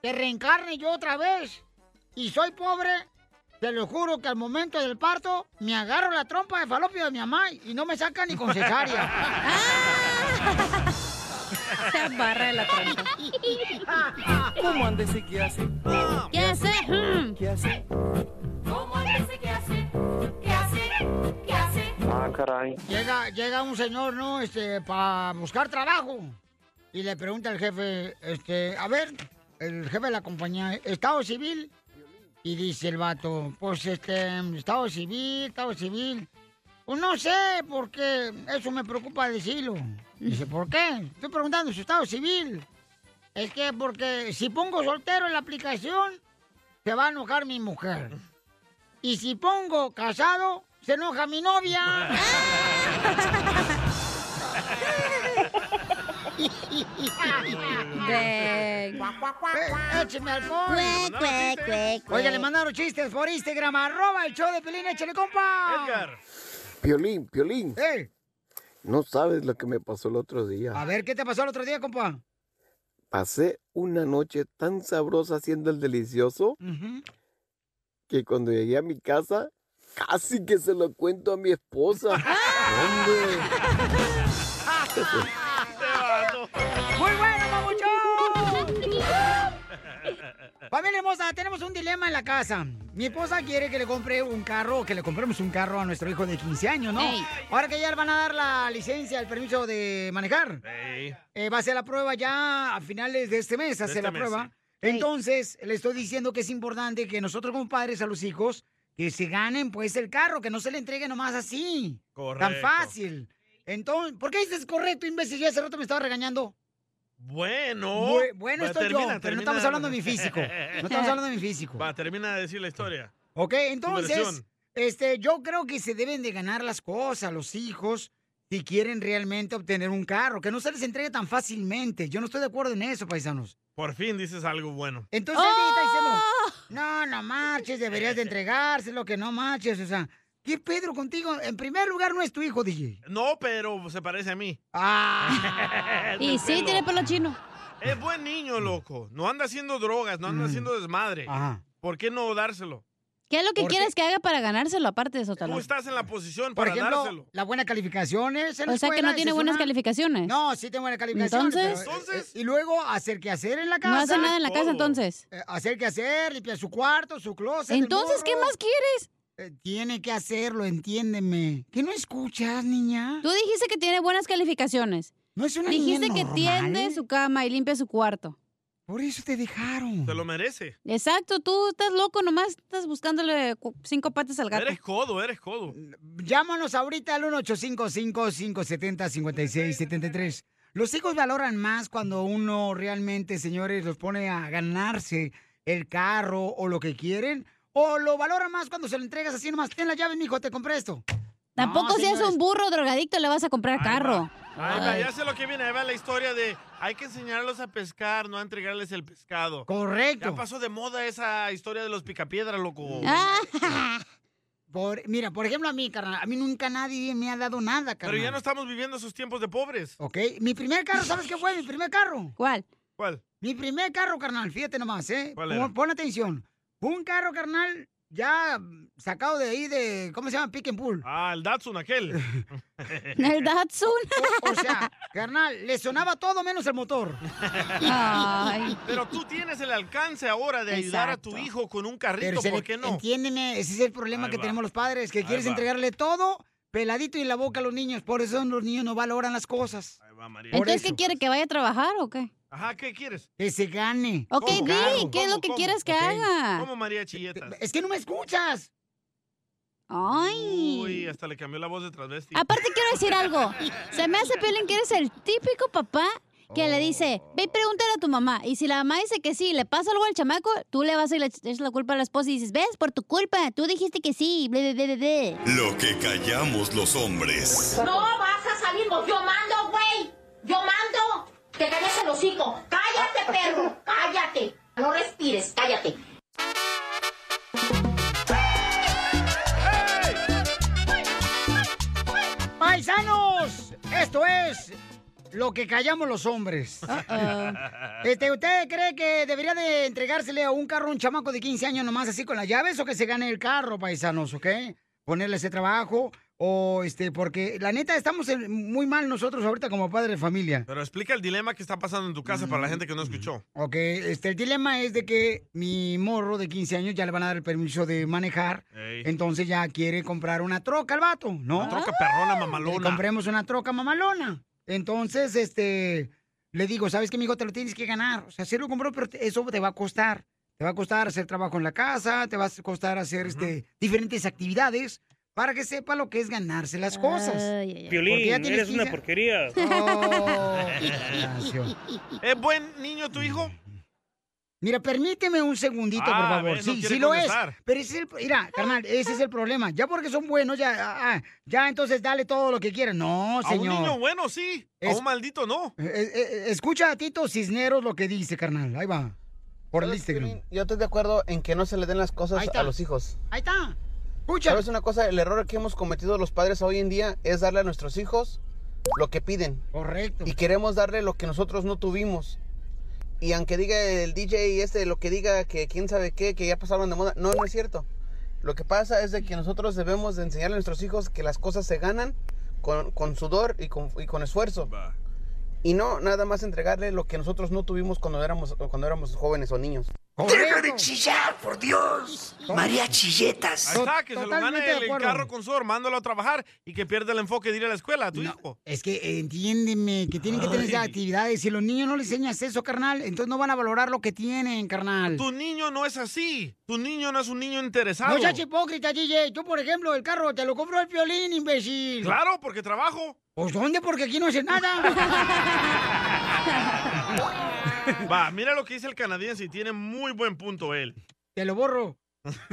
Speaker 2: te reencarne yo otra vez y soy pobre, te lo juro que al momento del parto me agarro la trompa de falopio de mi mamá y no me saca ni con cesárea.
Speaker 3: Esa barra de la trampa.
Speaker 10: ¿Cómo andes y qué hace?
Speaker 3: ¿Qué hace? Mm.
Speaker 15: Ah,
Speaker 10: ¿Qué hace? ¿Cómo andes y qué hace? ¿Qué hace? ¿Qué hace?
Speaker 12: caray.
Speaker 2: Llega, llega un señor, ¿no? Este, para buscar trabajo. Y le pregunta al jefe, este, a ver, el jefe de la compañía, ¿estado civil? Y dice el vato, pues este, estado civil, estado civil. Pues no sé, porque eso me preocupa decirlo. Dice, ¿por qué? Estoy preguntando su estado civil. Es que porque si pongo soltero en la aplicación, se va a enojar mi mujer. Y si pongo casado, se enoja mi novia. Eh, Écheme alcohol.
Speaker 10: Cuec, cuec, cuec, cuec.
Speaker 2: Oiga, le mandaron chistes por Instagram. Arroba el show de Pelín, échale compa. Edgar.
Speaker 16: Piolín, Piolín. No sabes lo que me pasó el otro día.
Speaker 2: A ver, ¿qué te pasó el otro día, compa?
Speaker 16: Pasé una noche tan sabrosa haciendo el delicioso que cuando llegué a mi casa casi que se lo cuento a mi esposa. ¡Hombre!
Speaker 2: ¡Muy bueno, mamuchón! Familia hermosa, tenemos un dilema en la casa. Mi esposa quiere que le compre un carro, que le compremos un carro a nuestro hijo de 15 años, ¿no?
Speaker 10: Ey.
Speaker 2: Ahora que ya le van a dar la licencia, el permiso de manejar. Eh, va a hacer la prueba ya a finales de este mes,
Speaker 10: De
Speaker 2: hace
Speaker 10: este
Speaker 2: la
Speaker 10: mes,
Speaker 2: prueba. Entonces, le estoy diciendo que es importante que nosotros como padres a los hijos, que se ganen pues el carro, que no se le entregue nomás así. Tan
Speaker 4: Correcto.
Speaker 2: fácil. Entonces, ¿por qué dices correcto, imbécil? Ya hace rato me estaba regañando.
Speaker 4: Bueno.
Speaker 2: Bu- bueno
Speaker 4: Va,
Speaker 2: estoy yo, pero no estamos hablando de mi físico. No estamos hablando de mi físico.
Speaker 4: Va, termina de decir la historia.
Speaker 2: Ok, entonces,
Speaker 4: versión.
Speaker 2: este, yo creo que se deben de ganar las cosas, los hijos, si quieren realmente obtener un carro, que no se les entregue tan fácilmente. Yo no estoy de acuerdo en eso, paisanos.
Speaker 4: Por fin dices algo bueno.
Speaker 2: Entonces alguien está diciendo,
Speaker 3: ¡Oh!
Speaker 2: no, no marches, deberías de entregárselo, que no marches, o sea, ¿qué Pedro contigo? En primer lugar no es tu hijo, DJ.
Speaker 4: No, pero se parece a mí.
Speaker 2: Ah.
Speaker 4: Del pelo.
Speaker 2: pelo chino.
Speaker 4: Es buen
Speaker 2: Mm.
Speaker 4: niño, loco. No anda haciendo drogas, no anda haciendo desmadre. ¿Por qué no dárselo?
Speaker 3: ¿Qué es lo que
Speaker 4: ¿Por
Speaker 3: quieres que haga para ganárselo aparte de
Speaker 4: Tú
Speaker 3: Sotalo?
Speaker 4: estás en la posición
Speaker 2: Por
Speaker 4: para
Speaker 2: ejemplo,
Speaker 4: dárselo.
Speaker 2: las buenas calificaciones. en la
Speaker 3: O sea que
Speaker 2: escuela,
Speaker 3: no tiene
Speaker 2: esa es
Speaker 3: buenas
Speaker 2: una-
Speaker 3: calificaciones.
Speaker 2: No, sí tiene buenas calificaciones.
Speaker 3: Entonces.
Speaker 2: pero, eh, eh, y luego hacer que hacer en la casa.
Speaker 3: No hace nada en la casa entonces.
Speaker 2: Eh, hacer que hacer, limpiar su cuarto, su closet.
Speaker 3: Entonces, ¿qué más
Speaker 2: quieres? tiene que hacerlo, entiéndeme. ¿Qué no escuchas, niña?
Speaker 3: Tú dijiste que tiene buenas calificaciones.
Speaker 2: No es una niña
Speaker 3: Dijiste que
Speaker 2: normal.
Speaker 3: tiende su cama y limpia su cuarto.
Speaker 2: Por eso te dejaron.
Speaker 4: Se lo merece.
Speaker 3: Exacto, tú estás loco, nomás estás buscándole cu- cinco patas al gato.
Speaker 4: Eres codo, eres codo.
Speaker 2: Llámanos ahorita al 1-855-570-5673. Los hijos valoran más cuando uno realmente, señores, los pone a ganarse el carro o lo que quieren. O lo valoran más cuando se lo entregas así nomás. Ten la llave, mijo, te compré esto.
Speaker 3: Tampoco
Speaker 2: No,
Speaker 3: si es
Speaker 2: señores.
Speaker 3: un burro drogadicto le vas a comprar carro.
Speaker 4: Ahí va,
Speaker 3: Ay.
Speaker 4: ya sé lo que viene. Ahí va la historia de hay que enseñarlos a pescar, no a entregarles el pescado.
Speaker 2: Correcto. Ah,
Speaker 4: Ya pasó de moda esa historia de los picapiedras, loco.
Speaker 2: Por- mira, por ejemplo, a mí, carnal. A mí nunca nadie me ha dado nada, carnal.
Speaker 4: Pero ya no estamos viviendo esos tiempos de pobres.
Speaker 2: Ok, mi primer carro, ¿sabes qué fue? Mi primer carro.
Speaker 3: ¿Cuál?
Speaker 4: ¿Cuál?
Speaker 2: Mi primer carro, carnal, fíjate nomás, ¿eh?
Speaker 4: ¿Cuál
Speaker 2: Pon-
Speaker 4: era?
Speaker 2: Pon atención. Fue un carro, carnal, ya sacado de ahí de, ¿cómo se llama? Pick and Pull.
Speaker 4: Ah, el Datsun aquel.
Speaker 3: El Datsun.
Speaker 2: O, o sea, carnal, le sonaba todo menos el motor.
Speaker 4: Ay. Pero tú tienes el alcance ahora de ayudar a tu
Speaker 2: Exacto.
Speaker 4: hijo con un carrito,
Speaker 2: Pero se le-
Speaker 4: ¿por qué no?
Speaker 2: Entiéndeme, ese es el problema
Speaker 4: Ahí
Speaker 2: que
Speaker 4: va.
Speaker 2: tenemos los padres, que
Speaker 4: Ahí
Speaker 2: quieres
Speaker 4: va.
Speaker 2: entregarle todo peladito y en la boca a los niños. Por eso los niños no valoran las cosas. Por
Speaker 3: Entonces, ¿qué
Speaker 2: eso.
Speaker 3: quiere? ¿Que vaya a trabajar o qué?
Speaker 4: Ajá, ¿qué quieres?
Speaker 2: Que se gane.
Speaker 3: Ok,
Speaker 4: ¿Cómo?
Speaker 3: di,
Speaker 4: Claro.
Speaker 3: ¿qué es lo
Speaker 4: ¿Cómo,
Speaker 3: que
Speaker 4: cómo?
Speaker 3: quieres que
Speaker 4: Ok.
Speaker 3: haga?
Speaker 4: Como María Chilletas.
Speaker 2: Es que no me escuchas.
Speaker 3: Ay.
Speaker 4: Uy, hasta le cambió la voz de travesti.
Speaker 3: Aparte quiero decir algo. Se me hace Piolín que eres el típico papá que le dice, ve y pregúntale a tu mamá. Y si la mamá dice que sí, le pasa algo al chamaco, tú le vas y le echas la culpa a la esposa y dices, ves, por tu culpa, tú dijiste que sí, ble, ble, ble, ble, ble".
Speaker 11: Lo que callamos los hombres.
Speaker 17: No vas a salir, pues yo mando, güey. Yo mando. Te calles el hocico. Cállate, perro. Cállate. No respires, cállate.
Speaker 2: ¡Paisanos! Esto es lo que callamos los hombres.
Speaker 10: Eh,
Speaker 2: Este, ¿Usted cree que debería de entregársele a un carro a un chamaco de 15 años nomás así con las llaves o que se gane el carro, paisanos, ok? Ponerle ese trabajo, O este, porque la neta estamos en- muy mal nosotros ahorita como padres de familia.
Speaker 4: Pero explica el dilema que está pasando en tu casa para la gente que no escuchó.
Speaker 2: Ok, este, el dilema es de que mi morro de 15 años ya le van a dar el permiso de manejar.
Speaker 4: Ey.
Speaker 2: Entonces ya quiere comprar una troca al vato, ¿no?
Speaker 4: Una troca perrona, mamalona.
Speaker 2: Le compremos una troca mamalona. Entonces, este, le digo, ¿sabes qué, mijo? Te lo tienes que ganar. O sea, sí lo compró, pero te- eso te va a costar. Te va a costar hacer trabajo en la casa, te va a costar hacer este, diferentes actividades para que sepa lo que es ganarse las cosas. Porque ya
Speaker 1: Piolín,
Speaker 2: tienes Oh.
Speaker 1: eres una
Speaker 2: 15
Speaker 1: porquería.
Speaker 4: ¿Es buen niño tu hijo?
Speaker 2: Mira, permíteme un segundito, por
Speaker 4: Ah,
Speaker 2: favor.
Speaker 4: ves, no
Speaker 2: sí,
Speaker 4: quiere
Speaker 2: sí lo es.
Speaker 4: contestar.
Speaker 2: Pero ese es el, mira, carnal, ese es el problema. Ya porque son buenos, ya, ah, ah, ya entonces dale todo lo que quieran. No,
Speaker 4: A un
Speaker 2: señor.
Speaker 4: niño bueno, sí. A
Speaker 2: Es-
Speaker 4: un maldito, no.
Speaker 2: Eh, eh, eh, escucha a Tito Cisneros lo que dice, carnal. Ahí va. Por el
Speaker 15: ¿Sabes,
Speaker 2: Instagram.
Speaker 15: Piolín? Yo estoy de acuerdo en que no se le den las
Speaker 2: Ahí
Speaker 15: cosas
Speaker 2: está.
Speaker 15: a los hijos.
Speaker 2: Ahí está.
Speaker 15: ¿Sabes una cosa? El error que hemos cometido los padres hoy en día es darle a nuestros hijos lo que piden.
Speaker 2: Correcto.
Speaker 15: Y queremos darle lo que nosotros no tuvimos. Y aunque diga el DJ este, lo que diga que quién sabe qué, que ya pasaron de moda, no, no es cierto. Lo que pasa es de que nosotros debemos de enseñarle a nuestros hijos que las cosas se ganan con, con sudor y con, y con esfuerzo. Y no nada más entregarle lo que nosotros no tuvimos cuando éramos, cuando éramos jóvenes o niños.
Speaker 10: ¡Deja de chillar, por Dios! María Chilletas.
Speaker 4: Ahí está, que se lo gane
Speaker 10: Totalmente de
Speaker 4: el, el
Speaker 10: acuerdo.
Speaker 4: carro con sudor, mándalo a trabajar y que pierda el enfoque de ir a la escuela, tu hijo.
Speaker 2: Es que eh, entiéndeme que tienen que tener esas actividades. Si los niños no les enseñas eso, carnal, entonces no van a valorar lo que tienen, carnal.
Speaker 4: Tu niño no es así. Tu niño no es un niño interesado.
Speaker 2: No seas hipócrita, DJ. Yo, por ejemplo, el carro te lo compro el violín, imbécil.
Speaker 4: Claro, porque trabajo.
Speaker 2: Pues ¿dónde? Porque aquí no hace nada.
Speaker 4: Va, mira lo que dice el canadiense y tiene muy buen punto él.
Speaker 2: te lo borro.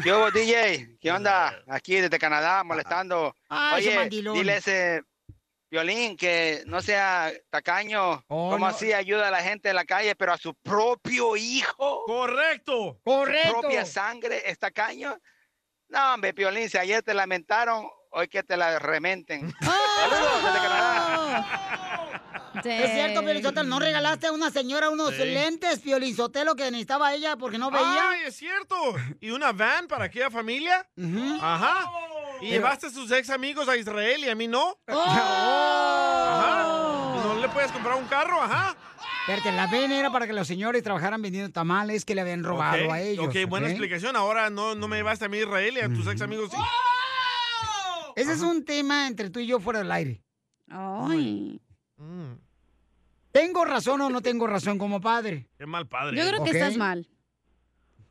Speaker 18: ¿Qué hubo, DJ? ¿Qué onda? Aquí desde Canadá molestando.
Speaker 2: Ah, ese
Speaker 18: Oye,
Speaker 2: mandilón.
Speaker 18: dile a ese violín que no sea tacaño. como
Speaker 2: Oh, no.
Speaker 18: así ayuda a la gente de la calle, pero a su propio hijo.
Speaker 4: Correcto.
Speaker 18: Su
Speaker 2: Correcto.
Speaker 18: propia sangre es tacaño. No, hombre, Piolín, si ayer te lamentaron, hoy que te la rementen.
Speaker 2: Ah.
Speaker 18: Saludos desde Canadá.
Speaker 2: Es cierto, Piolizotelo, ¿no regalaste a una señora unos
Speaker 4: Sí.
Speaker 2: lentes, Piolizotelo, que necesitaba ella porque no veía?
Speaker 4: ¡Ay, es cierto! ¿Y una van para aquella familia? Ajá. ¿Y
Speaker 2: Pero-
Speaker 4: llevaste a sus ex amigos a Israel y a mí no?
Speaker 3: Oh.
Speaker 4: Ajá. ¿No le puedes comprar un carro? Ajá.
Speaker 2: Espérate, la ven era para que los señores trabajaran vendiendo tamales que le habían robado
Speaker 4: Ok,
Speaker 2: a ellos.
Speaker 4: ok,
Speaker 3: ¿eh?
Speaker 4: buena
Speaker 2: ¿ok?
Speaker 4: explicación. Ahora no, no me llevaste a mí a Israel y a tus ex amigos. sí.
Speaker 2: Ese es un tema entre tú y yo fuera del aire. Ay.
Speaker 4: Mm.
Speaker 2: ¿Tengo razón o no tengo razón como padre?
Speaker 4: Qué mal padre.
Speaker 3: Yo creo que
Speaker 2: Ok.
Speaker 3: estás mal.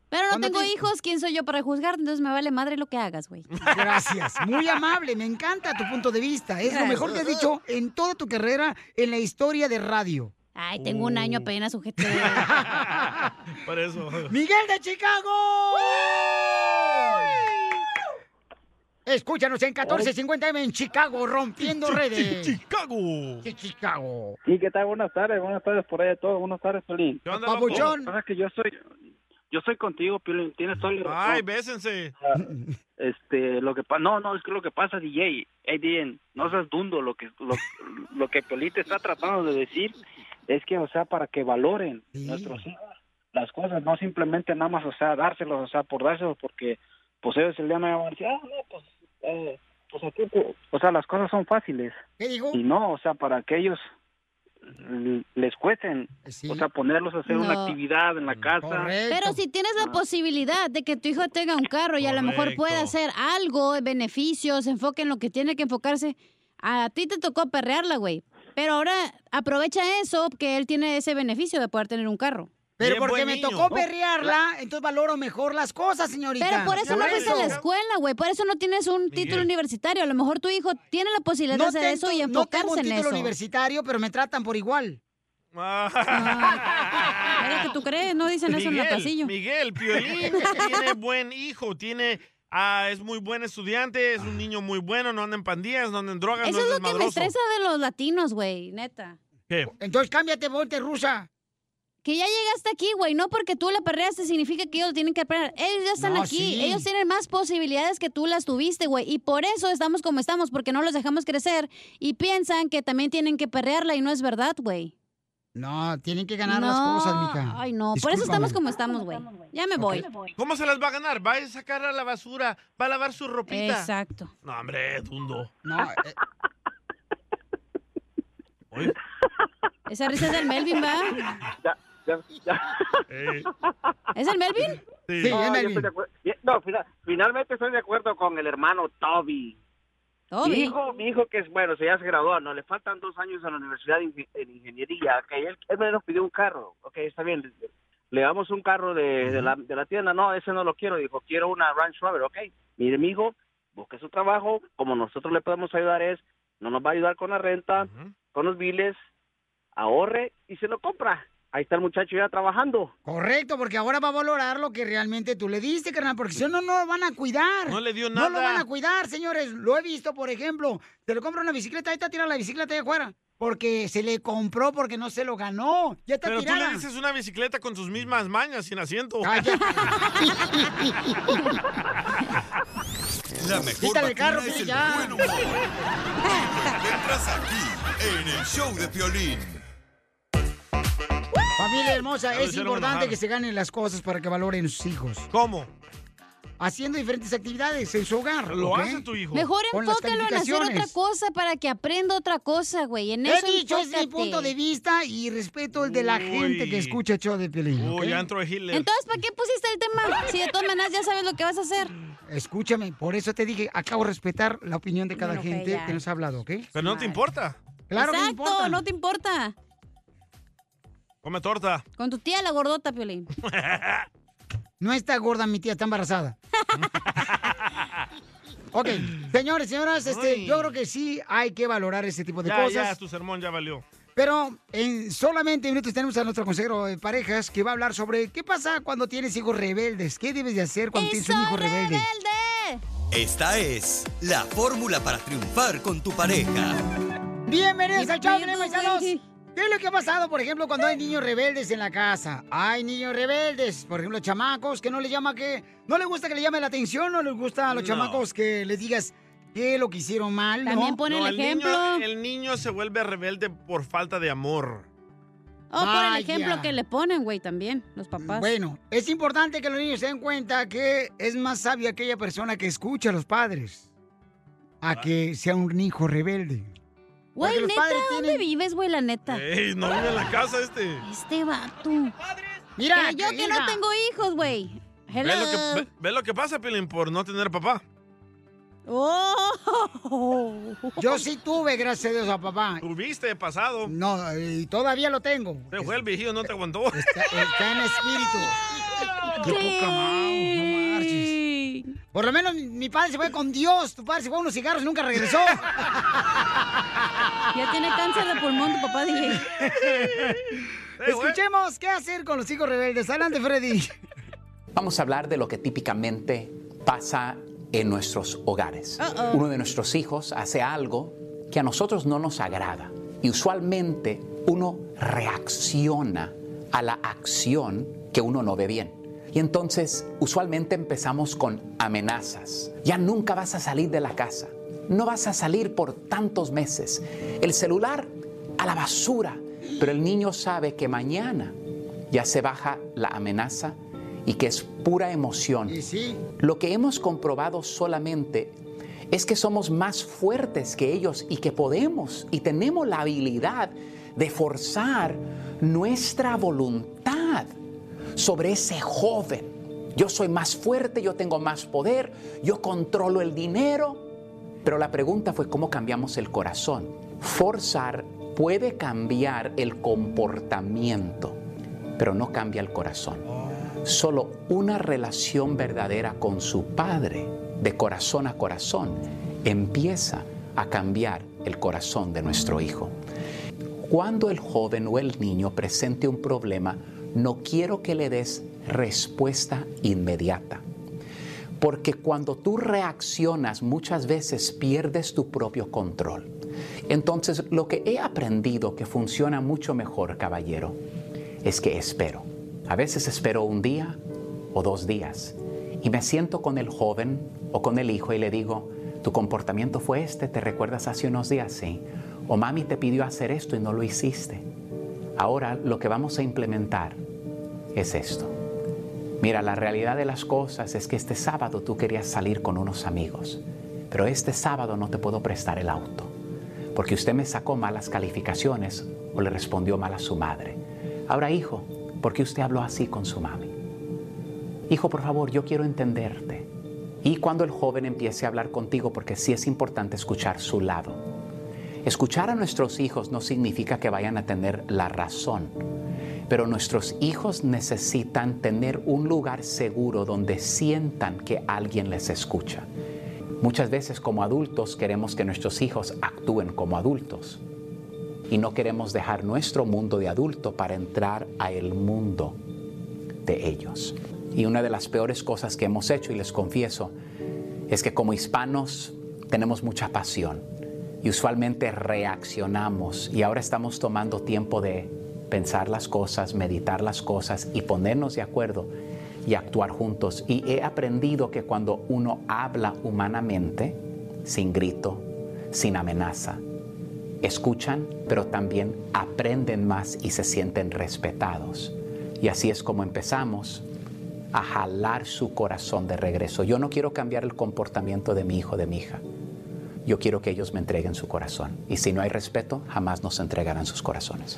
Speaker 3: Pero no
Speaker 2: Cuando
Speaker 3: tengo
Speaker 2: te-
Speaker 3: hijos, ¿quién soy yo para juzgar? Entonces me vale madre lo que hagas, güey.
Speaker 2: Gracias. Muy amable, me encanta tu punto de vista. Es lo
Speaker 3: Gracias.
Speaker 2: mejor que has dicho en toda tu carrera en la historia de radio.
Speaker 3: Ay, tengo un año apenas, sujeto.
Speaker 4: Por eso.
Speaker 2: ¡Miguel de Chicago! Escúchanos en 1450M en Chicago, rompiendo redes.
Speaker 4: ¡Chicago!
Speaker 2: ¡Chicago!
Speaker 19: Sí, ¿qué tal? Buenas tardes, buenas tardes por allá de todo, buenas tardes, Piolín.
Speaker 4: ¿Qué onda, loco? Papuchón.
Speaker 19: Lo que pasa es que yo soy, yo soy contigo, Piolín, tienes todo el
Speaker 4: Ay, bésense.
Speaker 19: Ah, Este, lo que pasa, no, no, es que lo que pasa, DJ, hey, DJ, no seas dundo, lo que, lo, lo que Piolín te está tratando de decir es que, o sea, para que valoren nuestros hijos las cosas, no simplemente nada más, o sea, dárselos, o sea, por dárselos, porque, pues ellos el día no van a decir, ah, no, pues, eh, pues aquí, pues, o sea, las cosas son fáciles.
Speaker 2: ¿Qué dijo?
Speaker 19: Y no, o sea, para que ellos l- les cuesten, o sea, ponerlos a hacer
Speaker 3: No.
Speaker 19: una actividad en la casa.
Speaker 3: Pero si tienes la posibilidad de que tu hijo tenga un carro y a lo mejor
Speaker 19: Correcto.
Speaker 3: pueda hacer algo, eh, beneficios, se enfoque en lo que tiene que enfocarse, a ti te tocó perrearla, güey. Pero ahora aprovecha eso, que él tiene ese beneficio de poder tener un carro.
Speaker 2: Pero porque me tocó perrearla, entonces valoro mejor las cosas, señorita.
Speaker 3: Pero por eso no fuiste a la escuela, güey. Por eso no tienes un título universitario. A lo mejor tu hijo tiene la posibilidad de
Speaker 2: No
Speaker 3: hacer eso y
Speaker 2: tengo- no
Speaker 3: enfocarse
Speaker 2: tengo un
Speaker 3: en
Speaker 2: título
Speaker 3: eso.
Speaker 2: universitario, pero me tratan por igual.
Speaker 4: Ah.
Speaker 3: Era que tú crees, Ah, no dicen eso en el pasillo.
Speaker 4: Miguel, Piolín tiene buen hijo, tiene, ah, es muy buen estudiante, es un niño muy bueno, no anda en pandillas, no anda en drogas,
Speaker 3: Ah. Eso
Speaker 4: no
Speaker 3: es
Speaker 4: es
Speaker 3: lo que me
Speaker 4: desmadroso.
Speaker 3: estresa de los latinos, güey, neta.
Speaker 4: ¿Qué?
Speaker 2: Entonces cámbiate, volte rusa.
Speaker 3: Que ya llegaste aquí, güey. No porque tú la perreaste significa que ellos tienen que perrear. Ellos ya están
Speaker 2: No,
Speaker 3: aquí.
Speaker 2: sí.
Speaker 3: Ellos tienen más posibilidades que tú las tuviste, güey. Y por eso estamos como estamos, porque no los dejamos crecer y piensan que también tienen que perrearla y no es verdad, güey.
Speaker 2: No, tienen que ganar las cosas, mija.
Speaker 3: Ay, no. Por eso
Speaker 2: Discúlpame.
Speaker 3: estamos como estamos, güey. Ya me voy.
Speaker 4: ¿Cómo se las va a ganar? Va a sacar a la basura, va a lavar su ropita.
Speaker 3: Exacto.
Speaker 4: No, hombre, dundo.
Speaker 2: No, eh,
Speaker 3: Esa risa es del Melvin, ¿va? ¿Es el Melvin?
Speaker 10: Sí.
Speaker 3: Sí,
Speaker 10: no,
Speaker 3: es
Speaker 10: yo
Speaker 3: Melvin.
Speaker 10: estoy de acuerdo. Ye- no, fina- finalmente estoy de acuerdo con el hermano Toby.
Speaker 3: Toby.
Speaker 10: Mi hijo, mi hijo que es bueno, se ya se graduó, no le faltan dos años a la universidad de inge- en ingeniería. ok, él, él me nos pidió un carro, ok, está bien. le- Le damos un carro de, de la, de la tienda, no, ese no lo quiero, dijo, quiero una Range Rover, ok. Mire, mi hijo, busque su trabajo, como nosotros le podemos ayudar es, no nos va a ayudar con la renta, con los biles, ahorre y se lo compra. Ahí está el muchacho ya trabajando.
Speaker 2: Correcto, porque ahora va a valorar lo que realmente tú le diste, carnal, porque si no, no lo van a cuidar.
Speaker 4: No le dio
Speaker 2: No lo
Speaker 4: nada.
Speaker 2: van a cuidar, señores. Lo he visto, por ejemplo, se le compra una bicicleta, ahí está tirada la bicicleta de afuera. Porque se le compró, porque no se lo ganó. Ya está
Speaker 4: Pero tú
Speaker 2: tirada. Ah,
Speaker 4: le dices una bicicleta con sus mismas mañas, sin asiento.
Speaker 11: La mejor
Speaker 4: Quítale
Speaker 11: vacuna
Speaker 4: el carro,
Speaker 11: es el
Speaker 4: ya.
Speaker 11: buen humor. Y lo encuentras aquí, en el show de Piolín.
Speaker 2: Familia hermosa,
Speaker 11: Ya lo
Speaker 2: es
Speaker 11: hicieron
Speaker 2: importante
Speaker 11: enojar.
Speaker 2: que se ganen las cosas para que valoren sus hijos.
Speaker 4: ¿Cómo?
Speaker 2: Haciendo diferentes actividades en su hogar.
Speaker 4: Lo
Speaker 2: ¿ok?
Speaker 4: hace tu hijo.
Speaker 3: Mejor
Speaker 2: Con las
Speaker 3: enfócalo en hacer otra
Speaker 2: calificaciones.
Speaker 3: cosa para que aprenda otra cosa, güey. En
Speaker 2: He
Speaker 3: eso
Speaker 2: dicho, es mi
Speaker 3: enfócate.
Speaker 2: punto de vista y respeto el de la gente que escucha el show de Piolín.
Speaker 4: Uy,
Speaker 2: ¿ok?
Speaker 4: ya entró Hitler.
Speaker 3: Entonces, ¿para qué pusiste el tema? Si de todas maneras ya sabes lo que vas a hacer.
Speaker 2: Escúchame, por eso te dije, acabo de respetar la opinión de cada
Speaker 3: Bueno, ok,
Speaker 2: gente
Speaker 3: ya.
Speaker 2: que nos ha hablado, ¿ok?
Speaker 4: Pero no te importa.
Speaker 2: Claro que
Speaker 3: Exacto,
Speaker 2: me importa.
Speaker 3: no te importa.
Speaker 4: Come torta.
Speaker 3: Con tu tía la gordota, Piolín.
Speaker 2: Pues No está gorda mi tía, está embarazada. ok, señores, señoras, este,
Speaker 4: Ay.
Speaker 2: yo creo que sí hay que valorar ese tipo de
Speaker 4: Ya, ya,
Speaker 2: cosas.
Speaker 4: tu sermón ya valió.
Speaker 2: Pero en solamente minutos tenemos a nuestro consejero de parejas que va a hablar sobre qué pasa cuando tienes hijos rebeldes. ¿Qué debes de hacer cuando tienes un hijo rebelde?
Speaker 11: Esta es la fórmula para triunfar con tu pareja.
Speaker 2: Bienvenidos al show, Piolín, paisanos. ¿Qué es lo que ha pasado, por ejemplo, cuando hay niños rebeldes en la casa? Hay niños rebeldes, por ejemplo, chamacos que no les llama que... No les gusta que le llame la atención, no les gusta a los
Speaker 4: No.
Speaker 2: chamacos que les digas qué es lo que hicieron mal, ¿no?
Speaker 4: No, Niño, el niño se vuelve rebelde por falta de amor.
Speaker 3: O Oh, por
Speaker 2: Vaya.
Speaker 3: el ejemplo que le ponen, güey, también, los papás.
Speaker 2: Ah, Bueno, es importante que los niños se den cuenta que es más sabia aquella persona que escucha a los padres
Speaker 4: Ah.
Speaker 2: a que sea un hijo rebelde.
Speaker 3: Güey,
Speaker 2: porque los
Speaker 3: neta,
Speaker 2: padres
Speaker 3: ¿dónde vives, güey, la neta?
Speaker 4: Ey, no vive en la casa este.
Speaker 3: Este vato.
Speaker 2: Mira,
Speaker 3: Que yo que no
Speaker 2: hija.
Speaker 3: tengo hijos, güey.
Speaker 4: Ve
Speaker 3: Hello.
Speaker 4: lo, que, ve, ve lo que pasa, Pilín, por no tener papá.
Speaker 3: Oh.
Speaker 2: Yo sí tuve, gracias a Dios, a papá.
Speaker 4: Tuviste pasado.
Speaker 2: No, y todavía lo tengo.
Speaker 4: Se fue el viejillo, no te aguantó.
Speaker 2: Está, está en espíritu. Qué poca madre, no marches. Por lo menos mi- mi padre se fue con Dios. Tu padre se fue a unos cigarros y nunca regresó.
Speaker 3: Ya tiene cáncer de pulmón tu papá, DJ.
Speaker 2: Escuchemos qué hacer con los hijos rebeldes. Adelante, Freddy.
Speaker 20: Vamos a hablar de lo que típicamente pasa en nuestros hogares. Uno de nuestros hijos hace algo que a nosotros no nos agrada y usualmente uno reacciona a la acción que uno no ve bien. Y entonces usualmente empezamos con amenazas. Ya nunca vas a salir de la casa. No vas a salir por tantos meses. El celular a la basura. Pero el niño sabe que mañana ya se baja la amenaza y que es pura emoción. Lo que hemos comprobado solamente es que somos más fuertes que ellos y que podemos y tenemos la habilidad de forzar nuestra voluntad sobre ese joven. Yo soy más fuerte, yo tengo más poder, yo controlo el dinero. Pero la pregunta fue cómo cambiamos el corazón. Forzar puede cambiar el comportamiento, pero no cambia el corazón. Solo una relación verdadera con su padre, de corazón a corazón, empieza a cambiar el corazón de nuestro hijo. Cuando el joven o el niño presente un problema, no quiero que le des respuesta inmediata. Porque cuando tú reaccionas muchas veces pierdes tu propio control. Entonces lo que he aprendido que funciona mucho mejor, caballero, es que espero. A veces espero un día o dos días y me siento con el joven o con el hijo y le digo, tu comportamiento fue este, ¿te recuerdas hace unos días? Sí. O mami te pidió hacer esto y no lo hiciste. Ahora lo que vamos a implementar es esto. Mira, la realidad de las cosas es que este sábado tú querías salir con unos amigos, pero este sábado no te puedo prestar el auto, porque usted me sacó malas calificaciones o le respondió mal a su madre. Ahora, hijo, ¿por qué usted habló así con su mami? Hijo, por favor, yo quiero entenderte. Y cuando el joven empiece a hablar contigo, porque sí es importante escuchar su lado. Escuchar a nuestros hijos no significa que vayan a tener la razón, pero nuestros hijos necesitan tener un lugar seguro donde sientan que alguien les escucha. Muchas veces como adultos queremos que nuestros hijos actúen como adultos y no queremos dejar nuestro mundo de adulto para entrar a el mundo de ellos. Y una de las peores cosas que hemos hecho, y les confieso, es que como hispanos tenemos mucha pasión y usualmente reaccionamos y ahora estamos tomando tiempo de pensar las cosas, meditar las cosas y ponernos de acuerdo y actuar juntos. Y he aprendido que cuando uno habla humanamente, sin grito, sin amenaza, escuchan, pero también aprenden más y se sienten respetados. Y así es como empezamos a jalar su corazón de regreso. Yo no quiero cambiar el comportamiento de mi hijo, de mi hija. Yo quiero que ellos me entreguen su corazón. Y si no hay respeto, jamás nos entregarán sus corazones.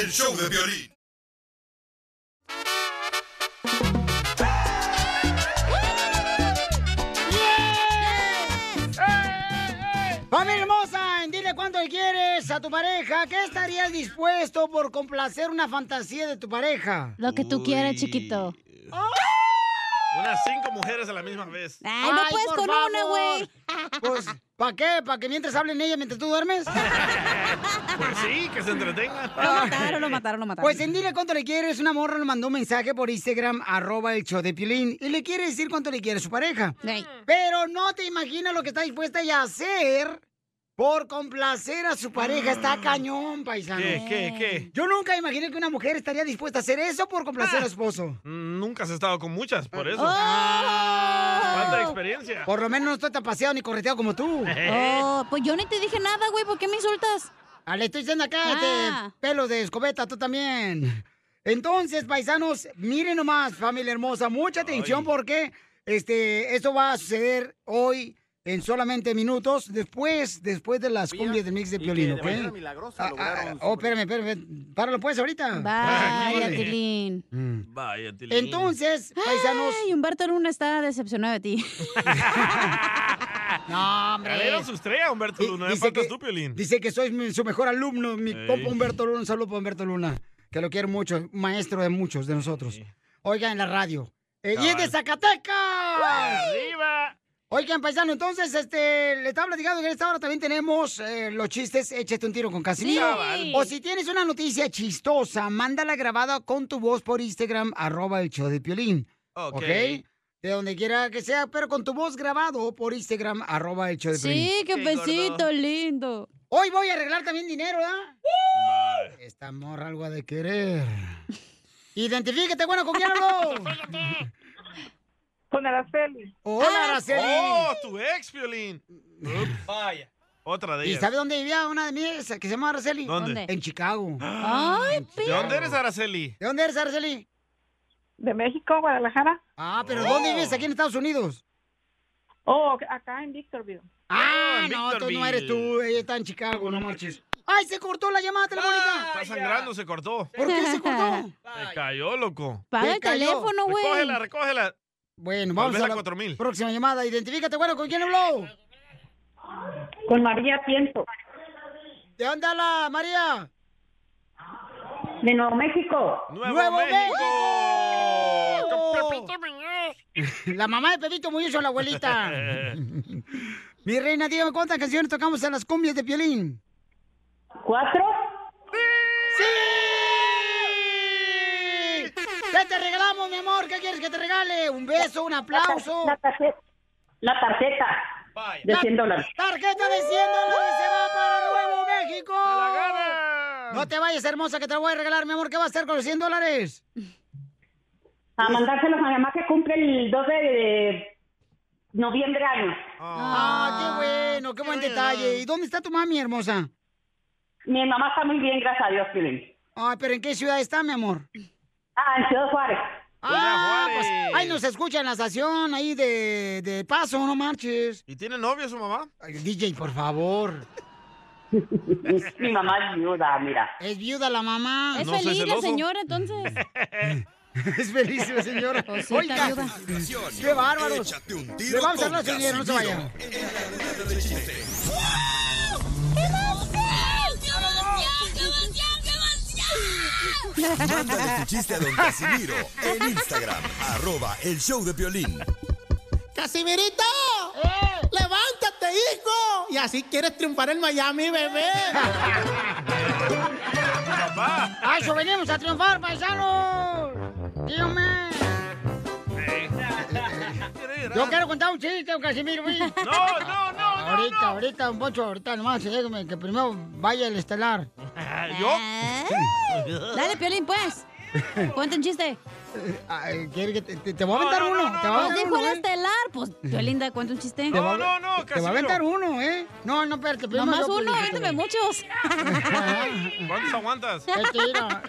Speaker 11: El show de violín.
Speaker 2: ¡Familia hermosa! en Dile cuánto le quieres a tu pareja. ¿Qué estarías dispuesto por complacer una fantasía de tu pareja?
Speaker 3: Lo que tú quieras, chiquito.
Speaker 4: Unas cinco mujeres a la misma vez.
Speaker 3: Ay, no puedes
Speaker 2: por
Speaker 3: con una, güey.
Speaker 2: favor. Pues, ¿para qué? ¿Para que mientras hablen ella mientras tú duermes?
Speaker 4: Pues sí, que se entretengan.
Speaker 2: Lo
Speaker 3: mataron, lo mataron, lo mataron.
Speaker 2: Pues en Dile Cuánto Le Quieres, una morra le mandó un mensaje por Instagram, arroba el show de Piolín, y le quiere decir cuánto le quiere a su pareja. Pero no te imaginas lo que está dispuesta ella a hacer por complacer a su pareja.
Speaker 3: Ah.
Speaker 2: Está cañón, paisano.
Speaker 4: ¿Qué, qué, qué?
Speaker 2: Yo nunca imaginé que una mujer estaría dispuesta a hacer eso por complacer a su esposo.
Speaker 4: Mm, Nunca has estado con muchas, por eso.
Speaker 2: Falta
Speaker 4: Falta de experiencia.
Speaker 2: Ah. Oh. Por lo menos no estoy tan paseado ni correteado como tú.
Speaker 3: Oh, pues yo ni te dije nada, güey. ¿Por qué me insultas? Ah.
Speaker 2: Ah, le estoy diciendo acá, este, pelos de escobeta, tú también. Entonces, paisanos, miren nomás, familia hermosa, mucha atención porque este, esto va a suceder hoy en solamente minutos, después, después de las cumbias del mix de Piolín, ¿ok?
Speaker 9: milagrosa
Speaker 2: Ah, oh, espérame, espérame, espérame, páralo pues ahorita.
Speaker 3: Vaya, Tilín.
Speaker 4: Vaya, Tilín.
Speaker 2: Mm. Entonces, paisanos...
Speaker 3: Ay, Humberto Luna está decepcionado de ti.
Speaker 2: No, hombre.
Speaker 4: Le dieron su estrella, Humberto Luna.
Speaker 2: dice
Speaker 4: Faltas
Speaker 2: que-
Speaker 4: tú, Piolín.
Speaker 2: Dice que soy mi- su mejor alumno, mi compa Humberto Luna. Un saludo para Humberto Luna, que lo quiero mucho, un maestro de muchos de nosotros. Oigan, en la radio. Eh, ¡Y es de
Speaker 9: Cabal.
Speaker 2: Zacatecas!
Speaker 9: ¡Arriba!
Speaker 2: Oigan, paisano, entonces, este, le estaba platicando que en esta hora también tenemos eh, los chistes, échate un tiro con Casimiro.
Speaker 9: Cabal.
Speaker 2: O si tienes una noticia chistosa, mándala grabada con tu voz por Instagram, arroba el show de Piolín.
Speaker 9: Ok.
Speaker 2: ¿Ok? de donde quiera que sea, pero con tu voz grabado por Instagram, arroba el show de
Speaker 3: Sí,
Speaker 2: Piolín.
Speaker 3: qué Sí, gordo. besito
Speaker 2: lindo. Hoy voy a arreglar también dinero, ¿ah? Esta morra algo ha de querer. Identifícate, bueno, ¿con quién hablo?
Speaker 8: Con Araceli.
Speaker 2: Hola, Araceli.
Speaker 4: ¡Oh, tu ex, Piolín! Vaya. Otra de
Speaker 2: ¿Y
Speaker 4: ellas.
Speaker 2: sabe dónde vivía una de mis que se llama Araceli?
Speaker 4: ¿Dónde? ¿Dónde?
Speaker 2: En Chicago.
Speaker 4: Ay, ¿De dónde eres, Araceli?
Speaker 2: ¿De dónde eres, Araceli?
Speaker 8: De México, Guadalajara.
Speaker 2: Ah, pero
Speaker 4: Oh.
Speaker 2: ¿dónde vives? ¿Aquí en Estados Unidos?
Speaker 8: Oh, acá en Victorville.
Speaker 2: Ah,
Speaker 8: Oh, en
Speaker 2: no, tú no
Speaker 8: Victorville.
Speaker 2: eres tú. Ella está en Chicago, no marches. ¡Ay, se cortó la llamada telefónica!
Speaker 4: Está sangrando, se cortó.
Speaker 2: ¿Por qué se cortó?
Speaker 4: Se cayó, loco.
Speaker 2: Paga el teléfono, güey.
Speaker 4: Recógela, recógela.
Speaker 2: Bueno, vamos
Speaker 4: Volvés
Speaker 2: a
Speaker 4: a
Speaker 2: la
Speaker 4: 4000.
Speaker 2: próxima llamada. Identifícate, bueno, ¿con quién habló?
Speaker 8: Con María Tiempo.
Speaker 2: ¿De dónde habla, María?
Speaker 8: De Nuevo México.
Speaker 2: ¡Nuevo, México! La mamá de Pepito Muñoz, la abuelita. Mi reina, dígame cuántas canciones tocamos en las cumbias de Piolín.
Speaker 8: ¿Cuatro?
Speaker 2: ¡Sí! ¿Qué te regalamos, mi amor? ¿Qué quieres que te regale? ¿Un beso? ¿Un aplauso?
Speaker 8: La tarjeta. La tarjeta de 100 dólares.
Speaker 2: ¡Tarjeta de 100 dólares se va para Nuevo México! No te vayas, hermosa, que te la voy a regalar, mi amor. ¿Qué vas a hacer con los 100 dólares?
Speaker 8: A mandárselos a mi mamá que cumple el 2 de noviembre año.
Speaker 2: Ah, qué bueno, qué buen detalle. ¿Y dónde está tu mami, hermosa?
Speaker 8: Mi mamá está muy bien, gracias a Dios, Piolín.
Speaker 2: Ah, pero ¿en qué ciudad está, mi amor?
Speaker 8: Ah, en Ciudad Juárez.
Speaker 2: Ah,
Speaker 4: Ciudad
Speaker 2: pues
Speaker 4: Juárez.
Speaker 2: ahí nos escucha en la estación, ahí de, de paso, no marches.
Speaker 4: ¿Y tiene novio su mamá?
Speaker 2: Ay, DJ, por favor.
Speaker 8: Mi mamá es viuda, mira.
Speaker 2: Es viuda la mamá.
Speaker 3: Es feliz la señora, entonces.
Speaker 2: Es feliz la señora.
Speaker 3: Pues sí, está
Speaker 2: Oiga,
Speaker 3: viuda.
Speaker 2: qué bárbaros.
Speaker 11: Échate un tiro
Speaker 2: Le vamos a
Speaker 11: con
Speaker 2: hablar, señor, no se
Speaker 11: Casimiro.
Speaker 2: vayan.
Speaker 11: De chiste. Mándale tu chiste a don Casimiro en Instagram, arroba el show de violín.
Speaker 6: ¡Casimirito!
Speaker 3: Eh.
Speaker 6: ¡Levántate, hijo! Y así quieres triunfar en Miami, bebé.
Speaker 2: ¡A eso venimos a triunfar, paisanos! ¡Dígame! Yo quiero contar un chiste, don Casimiro. No,
Speaker 4: no, no.
Speaker 2: Ahorita, ahorita, un pocho, ahorita nomás, déjame que primero vaya el estelar.
Speaker 3: ¿Yo? Dale, Piolín, pues. Cuenta un chiste.
Speaker 2: Eh, Ay, ¿quiere que te, te- te voy a aventar uno? te voy
Speaker 3: Pues
Speaker 2: a aventar
Speaker 3: dijo
Speaker 2: uno,
Speaker 3: el
Speaker 2: ¿eh?
Speaker 3: estelar. Pues, Piolín, da cuenta un chiste.
Speaker 2: Te va a- Te va a aventar uno, ¿eh? No, no, espérate. primero
Speaker 3: Nomás
Speaker 2: yo, pues,
Speaker 3: uno,
Speaker 2: yo te
Speaker 3: avéntame
Speaker 2: voy.
Speaker 3: muchos.
Speaker 4: ¿Cuántos aguantas?
Speaker 2: Este, mira.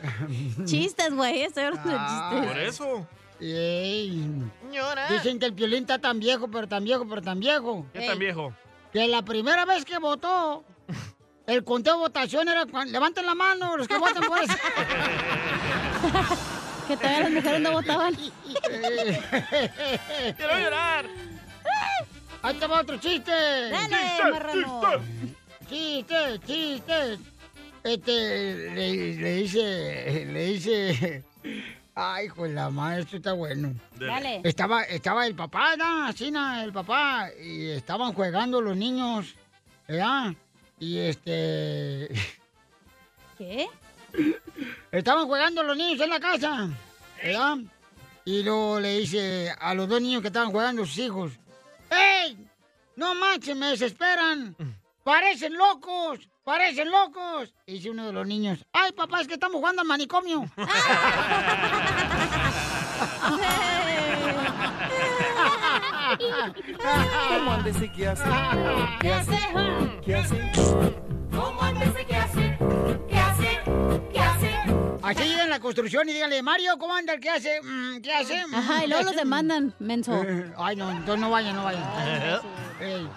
Speaker 3: Chistes, güey, estoy hablando de chistes.
Speaker 4: Por eso.
Speaker 2: Ey.
Speaker 3: ¿eh?
Speaker 2: Dicen que el Piolín está tan viejo, pero tan viejo, pero tan viejo.
Speaker 4: ¿Qué tan viejo?
Speaker 2: Que la primera vez que votó, el conteo de votación era... cuan- Levanten la mano los que votan por eso.
Speaker 3: que todavía las mujeres no votaban.
Speaker 2: Quiero llorar. Ahí te va otro chiste.
Speaker 3: Dale, Chiste, marrano.
Speaker 2: Chiste, chiste. Este, le, le dice, le dice... Ay, hijo de la madre, esto está bueno.
Speaker 3: Dale.
Speaker 2: Estaba, estaba el papá, ¿no? Así, ¿no? el papá, y estaban jugando los niños, ¿verdad? Y este...
Speaker 3: ¿Qué?
Speaker 2: Estaban jugando los niños en la casa, ¿verdad? Y luego le dice a los dos niños que estaban jugando sus hijos, ¡Ey! No manches, me desesperan. Parecen locos, parecen locos. Y dice uno de los niños, ¡Ay, papá, es que estamos jugando al manicomio!
Speaker 6: ¿Cómo andese qué hace? ¿Qué hace? ¿Qué hace?
Speaker 2: ¿Cómo ¿Qué hace? ¿Qué hace? ¿Qué hace? Así llega en la construcción y dígale, Mario, ¿cómo anda el que hace? Mm, ¿Qué hace? Mm,
Speaker 3: Ajá, y luego los demandan, menso.
Speaker 2: Ay, no, entonces no vayan, no vayan. Ey,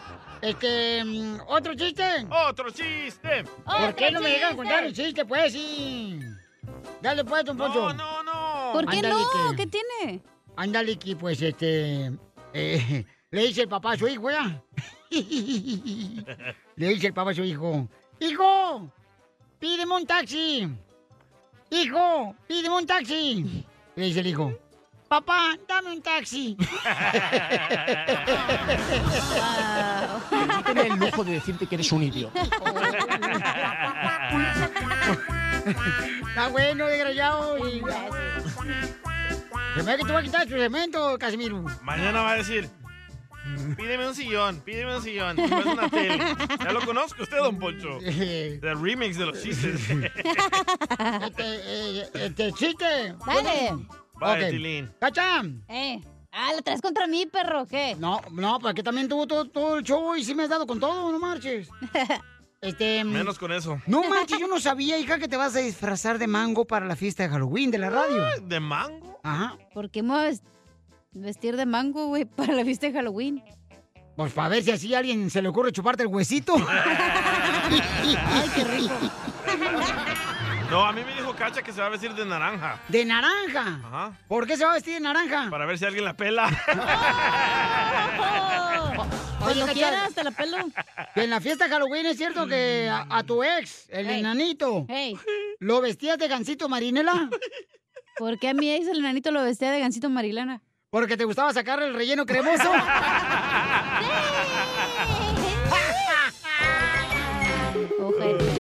Speaker 2: Este, mm, ¿otro chiste?
Speaker 4: ¡Otro chiste!
Speaker 3: Oh,
Speaker 2: ¿Por qué no me llegan a contar el chiste, pues? Sí. Dale, pues, don Poncho.
Speaker 4: No, no, no.
Speaker 3: ¿Por qué no?
Speaker 2: ¿Qué
Speaker 3: tiene?
Speaker 2: Ándale, que, pues, este... eh, le dice el papá a su hijo, ¿ya? Le dice el papá a su hijo, hijo, pídeme un taxi. Hijo, pídeme un taxi. Le dice el hijo, papá, dame un taxi.
Speaker 6: Tiene el lujo de decirte que eres un idiota.
Speaker 2: Está bueno, desgraciado. y- Se me hace que tú vas a quitar tu cemento, Casimiro.
Speaker 4: Mañana va a decir, pídeme un sillón, pídeme un sillón, no es una tele. Ya lo conozco usted, Don Poncho. El remix de los chistes.
Speaker 2: Este, eh, este chiste.
Speaker 3: Dale.
Speaker 4: Vaya,
Speaker 2: Ok.
Speaker 4: Tilín.
Speaker 2: ¡Cacham!
Speaker 3: Eh. Ah, ¿la traes contra mí, perro? o ¿Qué?
Speaker 2: No, no, para que también tuvo todo, todo el show y sí me has dado con todo, no marches. Este. mm,
Speaker 4: Menos con eso.
Speaker 2: No manches, yo no sabía, hija, que te vas a disfrazar de mango para la fiesta de Halloween de la radio.
Speaker 4: ¿De mango?
Speaker 2: Ajá.
Speaker 3: ¿Por qué me vas a vestir de mango, güey, para la fiesta de Halloween?
Speaker 2: Pues para ver si así a alguien se le ocurre chuparte el huesito. Ay, qué rico.
Speaker 4: No, a mí me dijo Cacha que se va a vestir de naranja.
Speaker 2: De naranja.
Speaker 4: Ajá.
Speaker 2: ¿Por qué se va a vestir de naranja?
Speaker 4: Para ver si alguien la pela.
Speaker 2: Oh.
Speaker 3: Cuando
Speaker 2: Cacha,
Speaker 3: quieras, te la pelo.
Speaker 2: que En la fiesta de Halloween es cierto que a, a tu ex, el enanito, ¿lo vestías de gancito marinela?
Speaker 3: ¿Por qué a mi ex el enanito lo vestía de gancito marilana?
Speaker 2: Porque te gustaba sacar el relleno cremoso.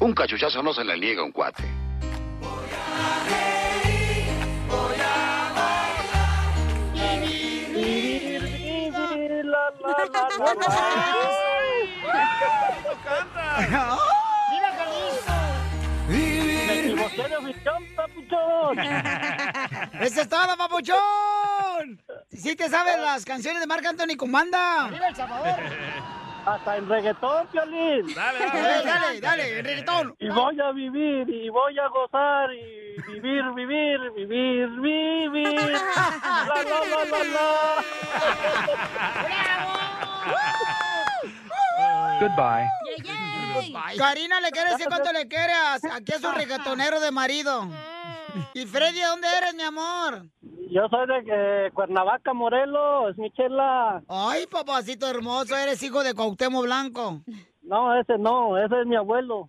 Speaker 19: Un cachuchazo no se le niega a un cuate.
Speaker 2: ¡Viva Jalisco!
Speaker 9: Me equivoqué de visión, papuchón.
Speaker 2: ¡Eso es todo, papuchón! Sí te sabes las canciones de Marc Anthony Comanda. ¡Viva El Salvador!
Speaker 9: Hasta en reggaetón, Piolín. Dale,
Speaker 2: dale. Dale, dale, en reggaetón.
Speaker 9: Y voy a vivir, y voy a gozar, y vivir, vivir, vivir, vivir. La, la, la, la, la.
Speaker 19: Goodbye.
Speaker 2: Karina le quiere decir cuánto le quiere a- aquí a su reggaetonero de
Speaker 3: Mm.
Speaker 2: marido. Y Freddy, ¿de dónde eres, mi amor?
Speaker 9: Yo soy de eh, Cuernavaca, Morelos, Michela.
Speaker 2: Ay, papacito hermoso, eres hijo de Cuauhtémoc Blanco.
Speaker 9: No, ese no, ese es mi abuelo.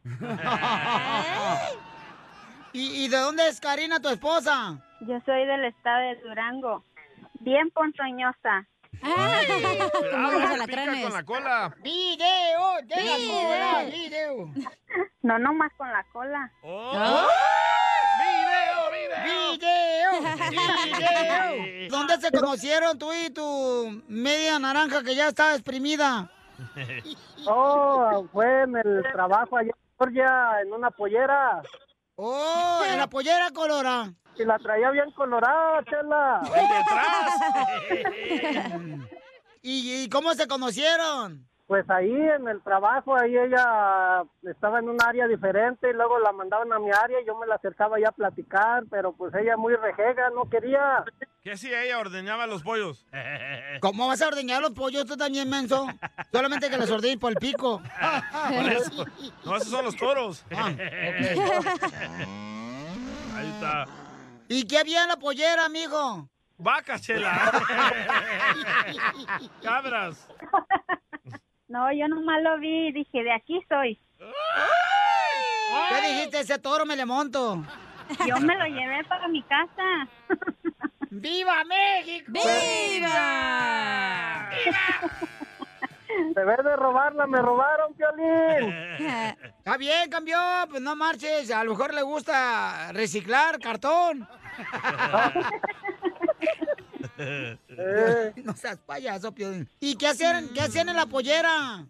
Speaker 2: ¿Y, y de dónde es Karina, tu esposa?
Speaker 8: Yo soy del estado de Durango. Bien ponzoñosa.
Speaker 2: como los alacranes.
Speaker 4: con la cola.
Speaker 2: ¡Video! de la
Speaker 8: Video.
Speaker 2: cola, ¡Video! Oh.
Speaker 8: No nomás con la cola.
Speaker 2: ¡Video! ¡Video! ¿Dónde se conocieron tú y tu media naranja que ya está exprimida?
Speaker 9: Oh, fue en el trabajo allá en Georgia, en una pollera.
Speaker 2: Oh, en la pollera colorada.
Speaker 9: Y la traía bien colorada, chela.
Speaker 2: ¿Y, y cómo se conocieron?
Speaker 9: Pues ahí en el trabajo, ahí ella estaba en un área diferente y luego la mandaban a mi área y yo me la acercaba ya a platicar, pero pues ella muy rejega, no quería.
Speaker 4: ¿Qué hacía ella? Ordeñaba los pollos. Ah,
Speaker 2: ¿Cómo vas a ordeñar los pollos tú también, menso? Solamente que los ordeñes por el pico.
Speaker 4: Por eso. No, esos son los toros.
Speaker 2: Ah,
Speaker 4: Ahí está.
Speaker 2: ¿Y qué había en la pollera, amigo?
Speaker 4: Vacas, chela. Cabras.
Speaker 8: No, yo nomás lo vi y dije, de aquí soy.
Speaker 2: ¿Qué dijiste? Ese toro me le monto.
Speaker 8: Yo me lo llevé para mi casa.
Speaker 2: ¡Viva México!
Speaker 8: ¡Viva!
Speaker 9: Se ve de robarla, me robaron, Piolín.
Speaker 2: Está bien, campeón. Pues no marches. A lo mejor le gusta reciclar cartón. No seas payaso, Piolín. ¿Y qué hacían, qué hacían en la pollera?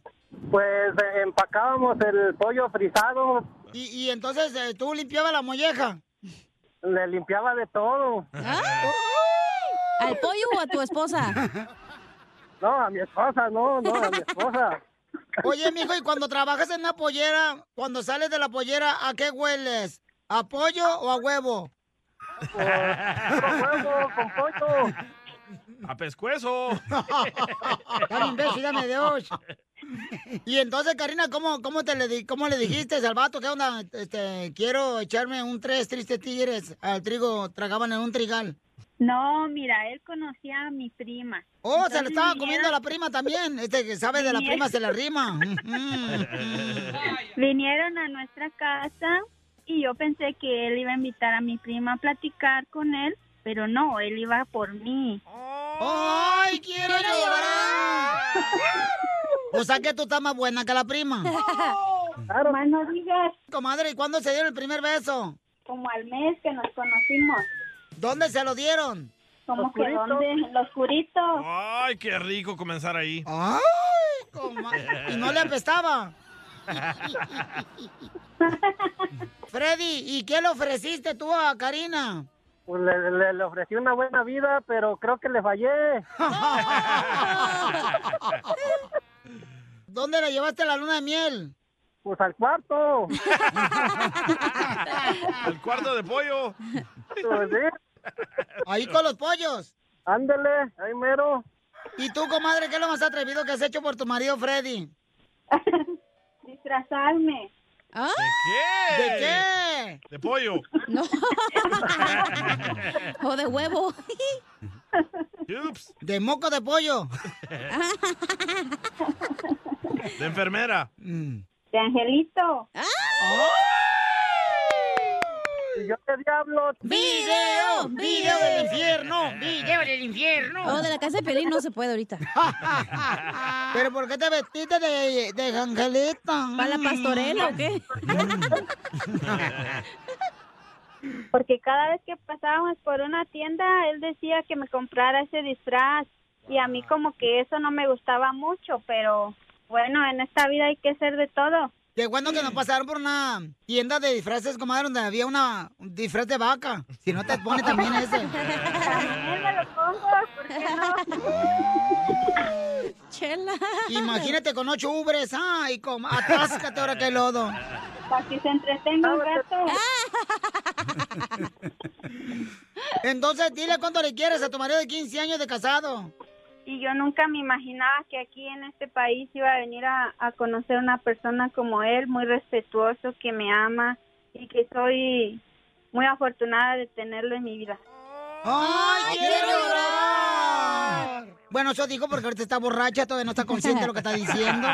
Speaker 9: Pues empacábamos el pollo frisado.
Speaker 2: Y, y entonces eh, tú limpiabas la molleja.
Speaker 9: Le limpiaba de todo.
Speaker 3: ¿Al pollo o a tu esposa?
Speaker 9: No, a mi esposa, no, no, a mi esposa.
Speaker 2: Oye, mijo, y cuando trabajas en una pollera, cuando sales de la pollera, ¿a qué hueles? ¿A pollo o a huevo?
Speaker 9: con pollo.
Speaker 4: A pescuezo.
Speaker 2: Dame imbécil, dame Dios. Y entonces, Karina, ¿cómo, cómo, te le, di- cómo le dijiste al vato? ¿Qué onda? Este, quiero echarme un tres tristes tigres al trigo, tragaban en un trigal.
Speaker 8: No, mira, él conocía a mi prima.
Speaker 2: Oh, se le
Speaker 8: Entonces
Speaker 2: estaba
Speaker 8: vinieron-
Speaker 2: comiendo a la prima también. Este que sabe de la prima se la rima. mm.
Speaker 8: Vinieron a nuestra casa y yo pensé que él iba a invitar a mi prima a platicar con él, pero no, él iba por mí.
Speaker 2: ¡Ay, quiero llorar! O sea que tú estás más buena que la prima.
Speaker 8: Claro. Más no digas.
Speaker 2: Comadre, ¿y cuándo se dieron el primer beso?
Speaker 8: Como al mes que nos conocimos.
Speaker 2: ¿Dónde se lo dieron?
Speaker 8: Como que
Speaker 2: Oscurito.
Speaker 8: dónde, los curitos.
Speaker 4: Ay, qué rico comenzar ahí.
Speaker 2: ¡Ay! Y no le apestaba. Freddy, ¿y qué le ofreciste tú a Karina?
Speaker 9: Pues le, le- le ofrecí una buena vida, pero creo que le fallé.
Speaker 2: ¿Dónde la llevaste a la luna de miel?
Speaker 9: Pues al cuarto. Pues,
Speaker 4: El cuarto de pollo.
Speaker 2: Ahí con los pollos.
Speaker 9: Ándele, ahí mero.
Speaker 2: ¿Y tú, comadre, qué es lo más atrevido que has hecho por tu marido Freddy?
Speaker 8: Disfrazarme.
Speaker 4: ¿Qué?
Speaker 2: ¿De qué?
Speaker 4: De pollo.
Speaker 3: ¿Ah? No. o de huevo.
Speaker 2: De moco de pollo.
Speaker 4: De enfermera.
Speaker 2: Mm.
Speaker 8: De Angelito.
Speaker 9: Y yo de diablo.
Speaker 2: ¡Video! ¡Video del infierno! ¡Video del infierno!
Speaker 3: O Oh, de la casa de Pelín no se puede ahorita.
Speaker 2: ¿Pero por qué te vestiste de, de angelita?
Speaker 3: ¿Para la pastorela o qué?
Speaker 8: Porque cada vez que pasábamos por una tienda, él decía que me comprara ese disfraz. Y a mí como que eso no me gustaba mucho, pero bueno, en esta vida hay que ser de todo.
Speaker 2: Qué bueno que nos pasaron por una tienda de disfraces, comadre, donde había una, un disfraz de vaca. Si no te pone también ese.
Speaker 3: Chela.
Speaker 2: Imagínate con ocho ubres. Ay, com atáscate ahora que hay lodo.
Speaker 8: Para que se entretenga un rato.
Speaker 2: Entonces, dile cuánto le quieres a tu marido de 15 años de casado.
Speaker 8: Y yo nunca me imaginaba que aquí en este país iba a venir a, a conocer una persona como él, muy respetuoso, que me ama y que soy muy afortunada de tenerlo en mi vida.
Speaker 2: ¡Ay, quiero llorar! Bueno, eso dijo porque ahorita está borracha, todavía no está consciente de lo que está diciendo.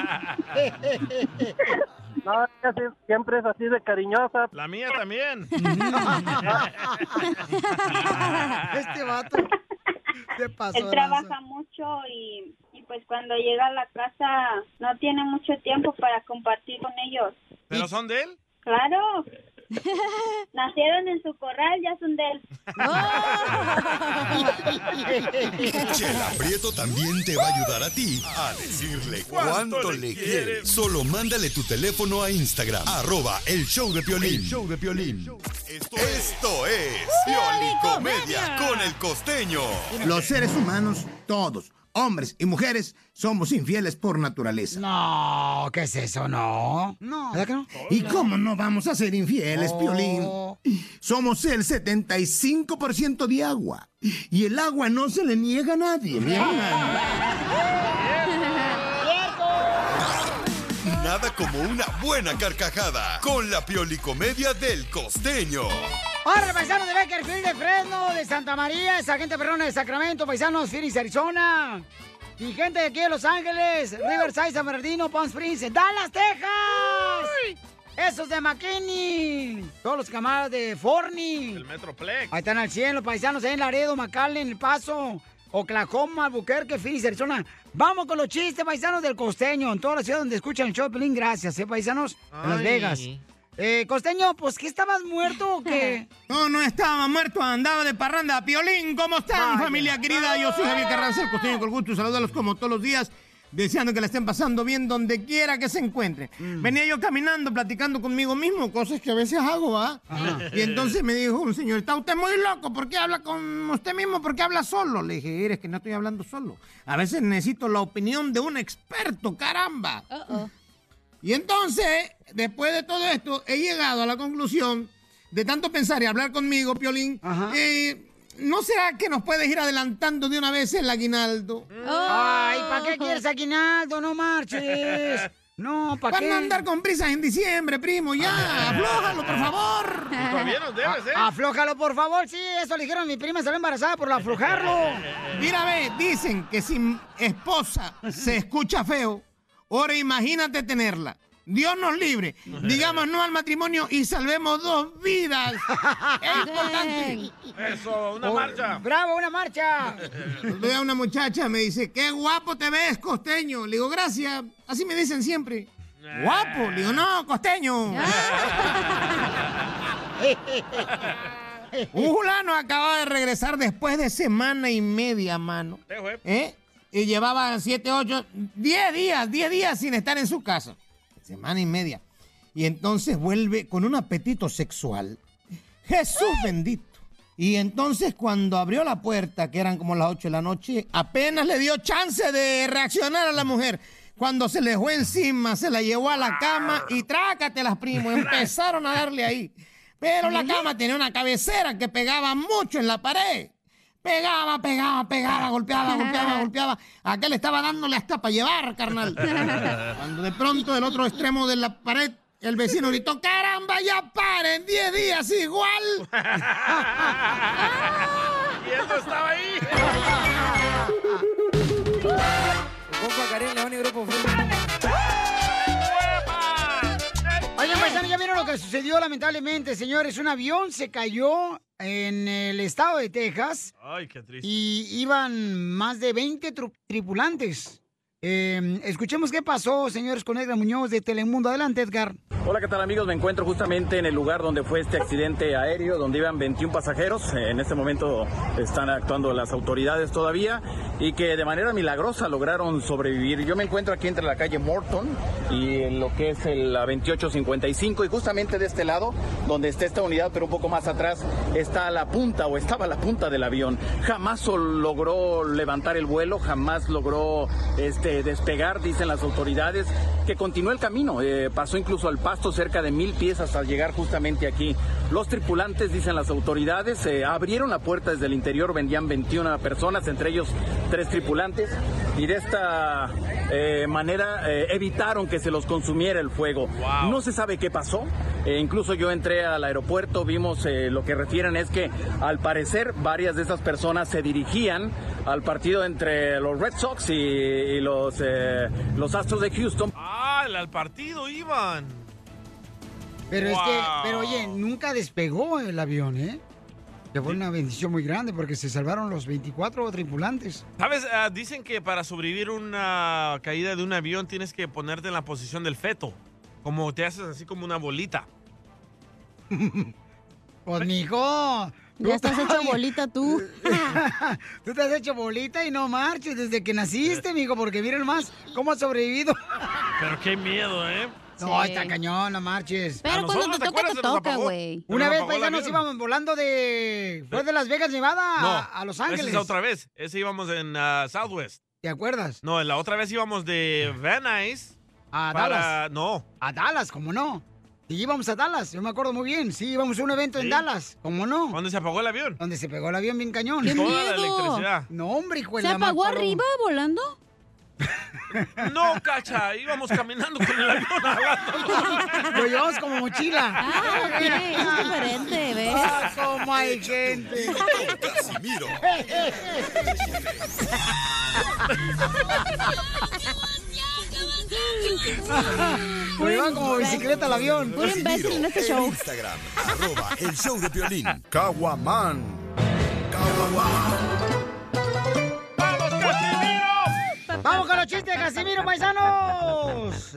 Speaker 9: No, es que así- siempre es así de cariñosa.
Speaker 4: La mía también.
Speaker 2: Este vato se pasó.
Speaker 8: Él
Speaker 2: de
Speaker 8: trabaja
Speaker 2: lanza.
Speaker 8: mucho y, y pues cuando llega a la casa no tiene mucho tiempo para compartir con ellos.
Speaker 4: ¿Pero son de él?
Speaker 8: Claro. Nacieron en su corral, ya son de él.
Speaker 11: Chela Prieto también te va a ayudar a ti a decirle cuánto le quieres. Solo mándale tu teléfono a Instagram, arroba el show de Piolín.
Speaker 12: El
Speaker 11: show de Esto es Piolicomedia con el costeño.
Speaker 12: Los seres humanos, todos, hombres y mujeres, somos infieles por naturaleza.
Speaker 2: No, ¿qué es eso? No. No. Oh.
Speaker 12: ¿Verdad que no? ¿Y cómo no vamos a ser infieles,
Speaker 2: No.
Speaker 12: Piolín? Somos el 75% de agua. Y el agua no se le niega a nadie. mi hermano.
Speaker 11: Nada como una buena carcajada con la Piolicomedia del costeño.
Speaker 2: Ahora, paisanos de Bakersfield, de Fresno, de Santa María, esa gente perrona de Sacramento, paisanos, Phoenix, Arizona. Y gente de aquí de Los Ángeles, Riverside, San Bernardino, Palm Springs, Dallas, Texas. Esos de McKinney. Todos los camaradas de Forney.
Speaker 4: El Metroplex.
Speaker 2: Ahí están al cielo, paisanos, ahí en Laredo, McAllen, El Paso, Oklahoma, Albuquerque, Phoenix, Arizona. Vamos con los chistes, paisanos del costeño, en toda la ciudad donde escuchan el show, de Piolín, gracias, ¿eh, paisanos? En Las
Speaker 12: Ay.
Speaker 2: Vegas. Eh, costeño, pues, ¿qué estabas muerto o qué?
Speaker 12: No, no estaba muerto, andaba de parranda. Piolín, ¿cómo están, familia querida? Yo soy Javier Carranza, el costeño, con gusto de saludarlos como todos los días. deseando que la estén pasando bien donde quiera que se encuentren. Venía yo caminando, platicando conmigo mismo, cosas que a veces hago, ¿va?
Speaker 1: Ajá.
Speaker 12: Y entonces me dijo un señor, está usted muy loco, ¿por qué habla con usted mismo? ¿Por qué habla solo? Le dije, eres que no estoy hablando solo. A veces necesito la opinión de un experto, caramba. Y entonces, después de todo esto, he llegado a la conclusión de tanto pensar y hablar conmigo, Piolín, eh, ¿no será que nos puedes ir adelantando de una vez el aguinaldo?
Speaker 2: Ay, ¿para qué quieres aguinaldo? No marches. No, ¿para qué? Ah.
Speaker 12: ¿Cuándo andar con prisas en diciembre, primo? Ya, aflójalo, por favor.
Speaker 2: Todavía
Speaker 12: nos
Speaker 2: debes, ¿eh? Aflójalo, por favor. Sí, eso le dijeron a mi prima, salió embarazada por aflojarlo.
Speaker 12: Mira, ve, dicen que si esposa se escucha feo, ahora imagínate tenerla. Dios nos libre. Digamos no al matrimonio y salvemos dos vidas. Es importante.
Speaker 4: Eso, una
Speaker 12: Oh,
Speaker 4: marcha.
Speaker 2: ¡Bravo, una marcha!
Speaker 12: Veo a una muchacha, me dice, qué guapo te ves, costeño. Le digo, gracias. Así me dicen siempre.
Speaker 4: Eh.
Speaker 12: Guapo. Le digo, no, costeño.
Speaker 2: Ah.
Speaker 12: Un fulano acaba de regresar después de semana y media, mano. ¿Eh? Y llevaba 7, 8, 10 días, 10 días sin estar en su casa. Semana y media. Y entonces vuelve con un apetito sexual. Jesús bendito. Y entonces cuando abrió la puerta, que eran como las 8 de la noche, apenas le dio chance de reaccionar a la mujer. Cuando se le dejó encima, se la llevó a la cama y trácatelas, primo. Empezaron a darle ahí. Pero la cama tenía una cabecera que pegaba mucho en la pared. Pegaba, pegaba, pegaba, golpeaba, golpeaba, golpeaba. Acá le estaba dándole hasta para llevar, carnal. Cuando de pronto del otro extremo de la pared, el vecino gritó, caramba, ya paren, 10 días igual.
Speaker 4: Y él no estaba ahí.
Speaker 2: Oigan, paisano, ya vieron lo que sucedió lamentablemente, señores. Un avión se cayó en el estado de Texas.
Speaker 4: Ay, qué triste.
Speaker 2: y iban más de 20 tru- tripulantes. Eh, escuchemos qué pasó, señores, con Edgar Muñoz de Telemundo. Adelante, Edgar.
Speaker 16: Hola, ¿qué tal amigos? Me encuentro justamente en el lugar donde fue este accidente aéreo, donde iban 21 pasajeros. Eh, En este momento están actuando las autoridades todavía y que de manera milagrosa lograron sobrevivir. Yo me encuentro aquí entre la calle Morton y lo que es el- la 2855 y justamente de este lado, donde está esta unidad, pero un poco más atrás, está la punta o estaba la punta del avión. Jamás sol- logró levantar el vuelo, jamás logró este, despegar, dicen las autoridades, que continuó el camino. eh, pasó incluso al pasto cerca de mil pies hasta llegar justamente aquí. Los tripulantes, dicen las autoridades, eh, abrieron la puerta desde el interior, vendían 21 personas, entre ellos tres tripulantes, y de esta eh, manera eh, evitaron que se los consumiera el fuego. No se sabe qué pasó. eh, incluso yo entré al aeropuerto, vimos eh, lo que refieren es que al parecer varias de estas personas se dirigían al partido entre los Red Sox y, y los, eh, los Astros de Houston.
Speaker 4: Ah, el al partido iban.
Speaker 2: Pero es que,
Speaker 4: Wow.
Speaker 2: pero oye, nunca despegó el avión, ¿eh? Que fue una bendición muy grande porque se salvaron los 24 tripulantes.
Speaker 4: ¿Sabes? Ah, dicen que para sobrevivir una caída de un avión tienes que ponerte en la posición del feto. Como te haces así como una bolita.
Speaker 2: Pues, mijo.
Speaker 4: Ya estás hecho
Speaker 3: bolita tú.
Speaker 2: tú te has hecho bolita y no marches desde que naciste, mijo, porque miren más cómo has sobrevivido.
Speaker 4: Pero qué miedo, ¿eh?
Speaker 2: No, está cañón, no marches.
Speaker 4: Pero A cuando nosotros, te ¿te toca, acuerdas? te Se nos toca, apagó- güey. se
Speaker 2: Una
Speaker 4: nos
Speaker 2: vez,
Speaker 4: apagó el
Speaker 2: paisanos,
Speaker 4: avión.
Speaker 2: íbamos volando de... Fue de Las Vegas, Nevada,
Speaker 4: No,
Speaker 2: a, a Los Ángeles.
Speaker 4: Esa es la otra vez. Ese íbamos en ah, Southwest.
Speaker 2: ¿Te acuerdas?
Speaker 4: No, la otra vez íbamos de Van Nuys.
Speaker 2: A Dallas.
Speaker 4: No.
Speaker 2: A Dallas, ¿cómo no? Sí, íbamos a Dallas, yo me acuerdo muy bien. Sí, íbamos a un evento
Speaker 4: Sí.
Speaker 2: en Dallas, ¿cómo no?
Speaker 4: ¿Dónde se apagó el avión?
Speaker 2: Donde se pegó el avión bien cañón.
Speaker 4: ¡Qué Toda la miedo! electricidad.
Speaker 2: No, hombre, hijo de
Speaker 3: ¿Se
Speaker 2: la
Speaker 3: apagó
Speaker 2: macaro.
Speaker 3: arriba volando?
Speaker 4: No, cacha, íbamos caminando con el avión hablando.
Speaker 2: Lo llevamos como mochila.
Speaker 3: Ah, ok, es diferente, ¿ves?
Speaker 2: Ah, ¿Cómo hay gente?
Speaker 11: Casimiro.
Speaker 2: Lo llevan como bicicleta al avión.
Speaker 11: En Instagram, arroba el show de violín. Caguaman.
Speaker 2: ¡Vamos con los chistes, Casimiro, paisanos!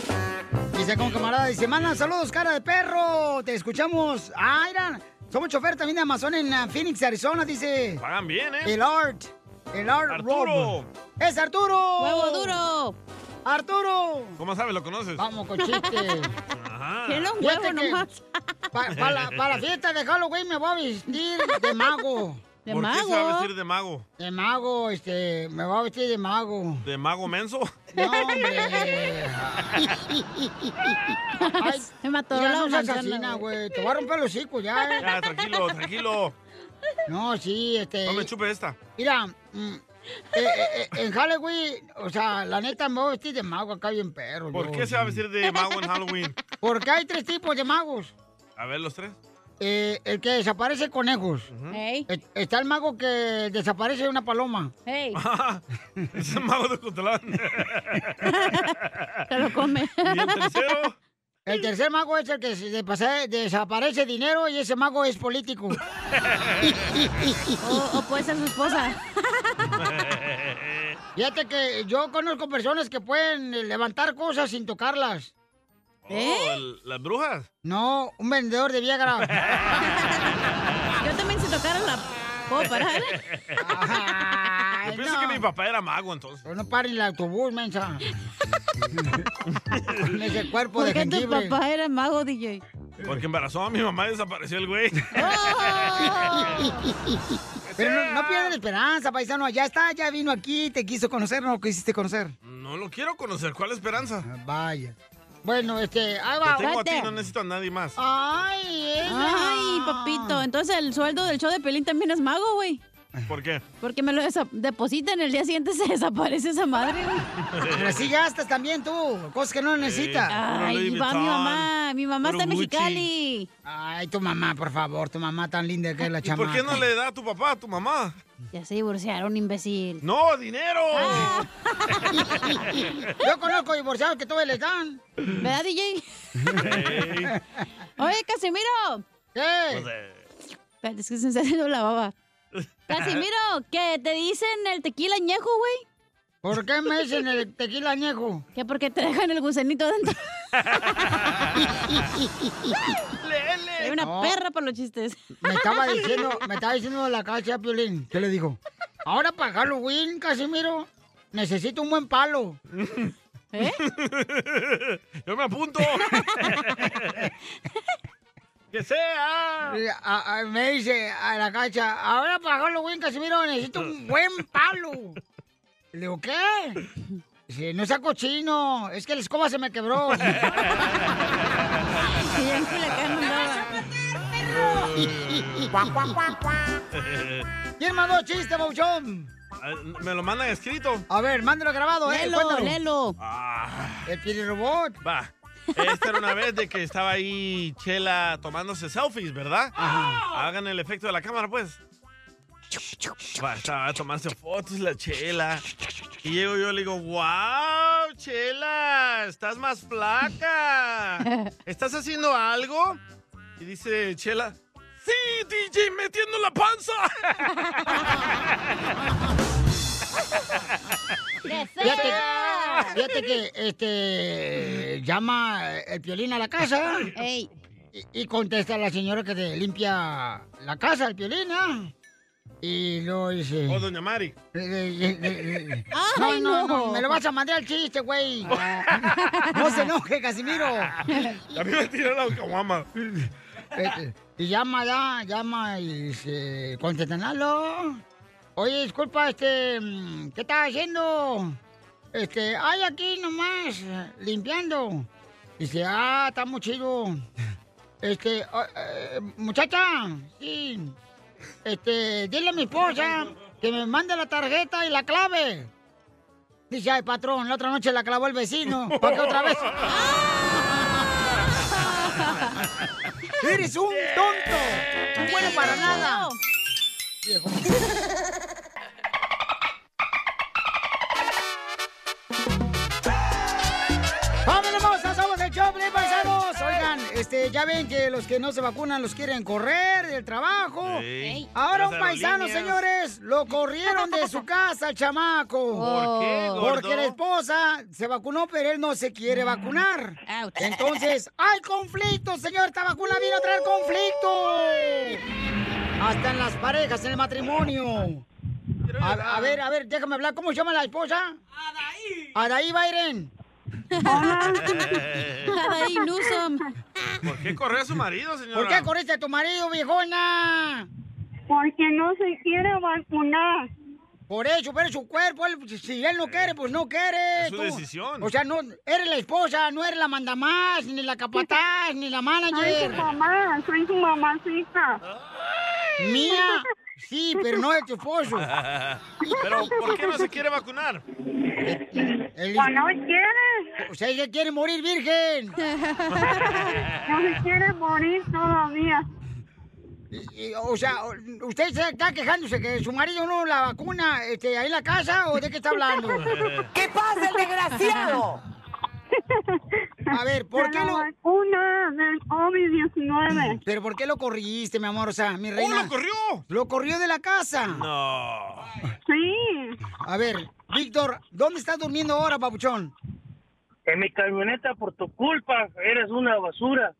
Speaker 2: Dice con camarada, dice, mandan saludos, cara de perro, te escuchamos. Ah, mira, somos chofer también de Amazon en ah, Phoenix, Arizona, dice.
Speaker 4: Pagan bien, ¿eh?
Speaker 2: El Art. El Art
Speaker 4: Arturo.
Speaker 2: Rob. ¡Es Arturo!
Speaker 3: ¡Huevo duro!
Speaker 2: ¡Arturo!
Speaker 4: ¿Cómo sabes? ¿Lo conoces?
Speaker 2: Vamos, cochiste.
Speaker 4: Ajá.
Speaker 2: Ah. Fíjate que pa- pa la- Para la fiesta de Halloween me voy a vestir de mago.
Speaker 4: ¿Por qué se va a vestir de mago?
Speaker 2: De mago, este, me voy a vestir de mago.
Speaker 4: ¿De mago menso?
Speaker 2: No, hombre. Ay,
Speaker 3: me mató
Speaker 2: mira,
Speaker 3: la
Speaker 2: no seas
Speaker 3: manzana,
Speaker 2: asesina,
Speaker 3: güey.
Speaker 2: güey. Te voy a romper los hocico ya, eh.
Speaker 4: Ya, tranquilo, tranquilo.
Speaker 2: No, sí, este.
Speaker 4: No me chupe esta.
Speaker 2: Mira, mm, eh, eh, eh, en Halloween, o sea, la neta me voy a vestir de mago acá bien perro.
Speaker 4: ¿Por
Speaker 2: yo.
Speaker 4: qué se va a vestir de mago en Halloween?
Speaker 2: Porque hay tres tipos de magos.
Speaker 4: A ver, los tres.
Speaker 2: Eh, el que desaparece conejos. Eh, Está el mago que desaparece de una paloma.
Speaker 4: Es el mago de Cotlán.
Speaker 2: Se lo come.
Speaker 4: ¿Y el tercero?
Speaker 2: El tercer mago es el que se de- pasa- desaparece dinero y ese mago es político.
Speaker 3: O- o puede ser su esposa.
Speaker 2: Fíjate que yo conozco personas que pueden eh, levantar cosas sin tocarlas.
Speaker 3: ¿Eh?
Speaker 4: Oh, el- ¿Las brujas?
Speaker 2: No, un vendedor de Viagra.
Speaker 3: Yo también si tocaron la... ¿Puedo parar?
Speaker 4: Yo pienso que mi papá era mago entonces.
Speaker 2: No paren el autobús, mensa. Con ese cuerpo de
Speaker 3: Porque tu
Speaker 2: jengibre.
Speaker 3: papá era mago, DJ.
Speaker 4: Porque embarazó a mi mamá y desapareció el güey.
Speaker 2: Pero no, no pierdan la esperanza, paisano. Ya está, ya vino aquí, te quiso conocer, no lo quisiste conocer.
Speaker 4: No lo quiero conocer. ¿Cuál esperanza?
Speaker 2: Vaya. Bueno, este, ahí
Speaker 4: Te
Speaker 2: va. Ah.
Speaker 4: tengo a ti, no necesito a nadie más.
Speaker 2: Ay,
Speaker 3: Ay, papito. Entonces el sueldo del show de Pelín también es mago, güey.
Speaker 4: ¿Por qué?
Speaker 3: Porque me lo desa- depositan el día siguiente se desaparece esa madre, güey.
Speaker 2: Pero así gastas también tú, cosas que no necesitas.
Speaker 3: Ay, va mi mamá. Mi mamá está en Mexicali.
Speaker 2: Ay, tu mamá, por favor, tu mamá tan linda que es la
Speaker 4: ¿Y
Speaker 2: chamaca.
Speaker 4: por qué no le da a tu papá, a tu mamá?
Speaker 3: Ya se divorciaron, imbécil. Ah.
Speaker 4: ¡No, dinero!
Speaker 2: Yo conozco divorciados que todavía les dan.
Speaker 3: ¿Verdad, DJ? Oye, Casimiro.
Speaker 2: ¿Qué?
Speaker 3: Espérate, es que se me está haciendo la baba. Casimiro, ¿qué te dicen el tequila añejo, güey?
Speaker 2: ¿Por qué me dicen el tequila añejo?
Speaker 3: Que porque te dejan el gusanito dentro. Soy una
Speaker 2: No.
Speaker 3: perra para los chistes.
Speaker 2: Me estaba diciendo, me estaba diciendo la cacha Piolín. ¿Qué le digo? Ahora para Halloween, Casimiro, necesito un buen palo.
Speaker 3: ¿Eh?
Speaker 4: ¡Yo me apunto! ¡Que sea!
Speaker 2: me dice a la cacha, ahora para Halloween, Casimiro, necesito un buen palo. Le digo, ¿qué? Dice, no sea cochino, es que la escoba se me quebró. Cuac, cuac, cuac, cuac. ¿Quién mandó chiste, Bouchón?
Speaker 4: Ah, Eh, Me lo mandan escrito.
Speaker 2: A ver, mándelo grabado, eh.
Speaker 4: Lelo,
Speaker 2: cuéntalo.
Speaker 3: lelo.
Speaker 2: El robot.
Speaker 4: Ah. Va. Esta era una vez de que estaba ahí Chela tomándose selfies, ¿verdad? Hagan el efecto de la cámara, pues. Va, estaba a tomarse fotos la Chela. Y llego yo y le digo, wow, Chela, estás más flaca. ¿Estás haciendo algo? Y dice Chela, sí, DJ, metiendo la panza.
Speaker 2: Fíjate, fíjate que este llama el piolín a la casa. Y, y contesta la señora que te limpia la casa, el piolín, ¿ah? Y luego dice. "Eh,
Speaker 4: O Oh, doña Mari.
Speaker 2: No,
Speaker 4: Ay,
Speaker 2: eh, no,
Speaker 4: no. Ah.
Speaker 2: no, me lo vas a mandar al chiste, güey. No se enoje, Casimiro.
Speaker 4: A mí me tiró la caguama.
Speaker 2: Eh, Y llama ya, llama y dice, contestan, aló. Oye, disculpa, este, mm, ¿qué estás haciendo? Este, ay, aquí nomás, eh, limpiando. Dice, ah, está muy chido. Este, ah, eh, muchacha, sí. Este, dile a mi esposa que me mande la tarjeta y la clave. Dice, ay, patrón, la otra noche la clavó el vecino. ¿Para qué otra vez? ¡Eres un tonto! ¡No bueno para nada! ¡Vamos, hermosa! ¡Somos el Choplin, paisanos! Oigan, este, ya ven que los que no se vacunan los quieren correr del trabajo.
Speaker 4: Sí.
Speaker 2: Ahora un
Speaker 4: Las
Speaker 2: paisano,
Speaker 4: aerolíneas.
Speaker 2: señores, lo corrieron de su casa, el chamaco.
Speaker 4: ¿Por qué, gordo?
Speaker 2: Porque la esposa se vacunó, pero él no se quiere vacunar. Entonces, ¡hay conflicto, señor! ¡Esta vacuna vino a traer conflicto! Hasta en las parejas, en el matrimonio. A, a ver, a ver, déjame hablar. ¿Cómo se llama la esposa? Adaí. Adaí Bairen.
Speaker 3: Adaí Newsom.
Speaker 4: ¿Por qué corre a su marido, señora?
Speaker 2: ¿Por qué corriste a tu marido, viejona?
Speaker 14: Porque no se quiere vacunar.
Speaker 2: Por eso, pero es su cuerpo, él- si él no quiere, pues no quiere.
Speaker 4: Eh, Es su decisión.
Speaker 2: O sea, no, eres la esposa, no eres la mandamás, ni la capataz, ni la
Speaker 14: Soy
Speaker 2: manager.
Speaker 14: su mamá, soy su mamacita.
Speaker 2: Mía, sí, pero no de tu esposo.
Speaker 4: Pero, ¿por qué no se quiere vacunar?
Speaker 2: Pues no quiere. O sea, ella quiere morir virgen.
Speaker 14: No se quiere morir todavía.
Speaker 2: Y, O sea, ¿usted se está quejándose que su marido no la vacuna este, ahí en la casa o de qué está hablando?
Speaker 14: ¿Qué pasa, el desgraciado?
Speaker 2: A ver, ¿por
Speaker 14: De
Speaker 2: qué
Speaker 14: la
Speaker 2: lo...?
Speaker 14: vacuna del COVID-19.
Speaker 2: ¿Pero por qué lo corriste, mi amor? O sea, mi reina...
Speaker 14: lo
Speaker 2: corrió! ¡Lo corrió de la casa!
Speaker 4: No.
Speaker 2: Sí. A ver, Víctor, ¿dónde estás durmiendo ahora, papuchón?
Speaker 17: En mi camioneta por tu culpa, eres una basura.